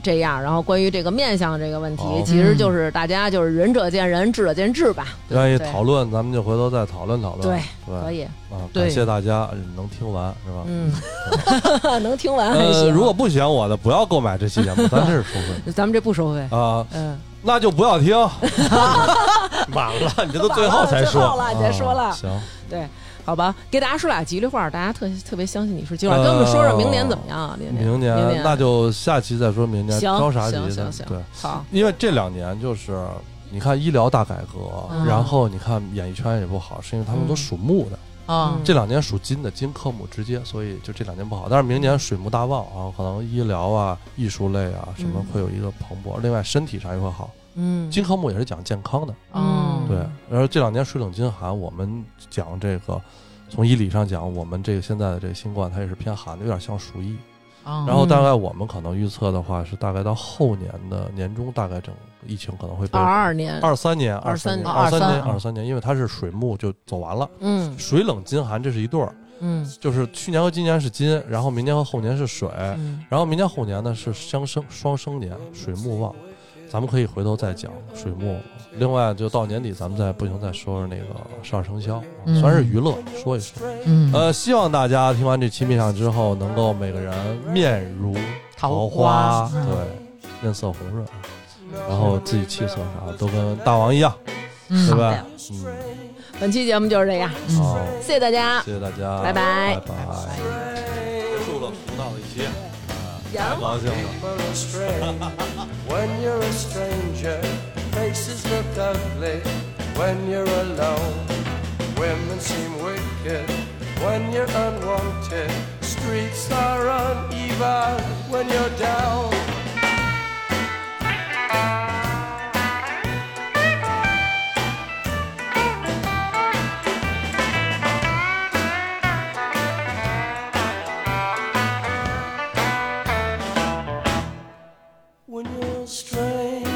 A: 这样。然后关于这个面相这个问题
D: 好，
A: 其实就是大家就是仁者见仁，智者见智吧，
D: 愿意
A: 对
D: 讨论，咱们就回头再讨论讨论。
A: 对
D: 对，
A: 可以，
D: 啊，
G: 对
D: 感谢大家能听完是吧？
A: 嗯， 能听完还
D: 呃，
A: 行。啊
D: 如果不喜欢我的，不要购买这期节目，咱这是收 费
A: 咱们这不收费，
D: 啊，
A: 嗯，
D: 那就不要听。
C: 晚 了，你这都最后才
A: 最后
C: 说，
A: 了，你再说
D: 啊
A: 了，
D: 行，
A: 好吧？给大家说俩吉利话，大家特特别相信你说吉利话，跟我们说说明年怎么样啊？明
D: 呃明
A: 年，明
D: 年那就下期再说，明年
A: 行
D: 挑啥集
A: 行行？
D: 的
A: 行
D: 对，
A: 好，
D: 因为这两年就是你看医疗大改革，
A: 嗯
D: 然后你看演艺圈也不好，是因为他们都属木的。
A: 嗯
G: 啊
D: 这两年属金的金克木直接，所以就这两年不好。但是明年水木大旺啊，可能医疗啊、艺术类啊什么
A: 嗯
D: 会有一个蓬勃。另外身体上也会好。
A: 嗯，
D: 金克木也是讲健康的，
A: 嗯
D: 对。然后这两年水冷金寒，我们讲这个，从医理上讲，我们这个现在的这个新冠它也是偏寒的，有点像暑疫。
A: 嗯
G: 啊
D: 然后大概我们可能预测的话是大概到后年的年中，大概整个疫情可能会被
A: 二二年，
D: 二三年、二
A: 23
D: 年、哦
A: 年
D: 二
G: 23
D: 年、
G: 啊
D: 二三年，因为它是水木就走完了，
A: 嗯
D: 水冷金寒这是一对儿。
A: 嗯
D: 就是去年和今年是金，然后明年和后年是水，
A: 嗯，
D: 然后明年后年呢是相生双生年，水木旺，咱们可以回头再讲水木。另外，就到年底咱们再不行再说说那个十二生肖，
G: 嗯
D: 算是娱乐说一说。
G: 嗯
D: 呃，希望大家听完这期面相之后，能够每个人面如桃花，嗯对，面色红润，然后自己气色啥都跟大王一样，
G: 嗯
D: 对吧？嗯，
A: 本期节目就是这样，
D: 好，
A: 谢谢大家，
D: 谢谢大家，
A: 嗯拜拜
D: 拜拜。结束了胡闹的一期，太高兴了。
H: people are strange. when you're a stranger, faces look ugly when you're alone. Women seem wicked when you're unwanted. Streets are uneven when you're down. when you're strange.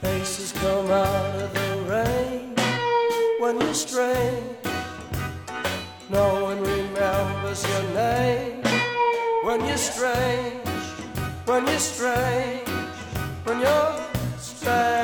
H: Faces come out of the rain when you're strange. No one remembers your name when you're strange. When you're strange. When you're strange.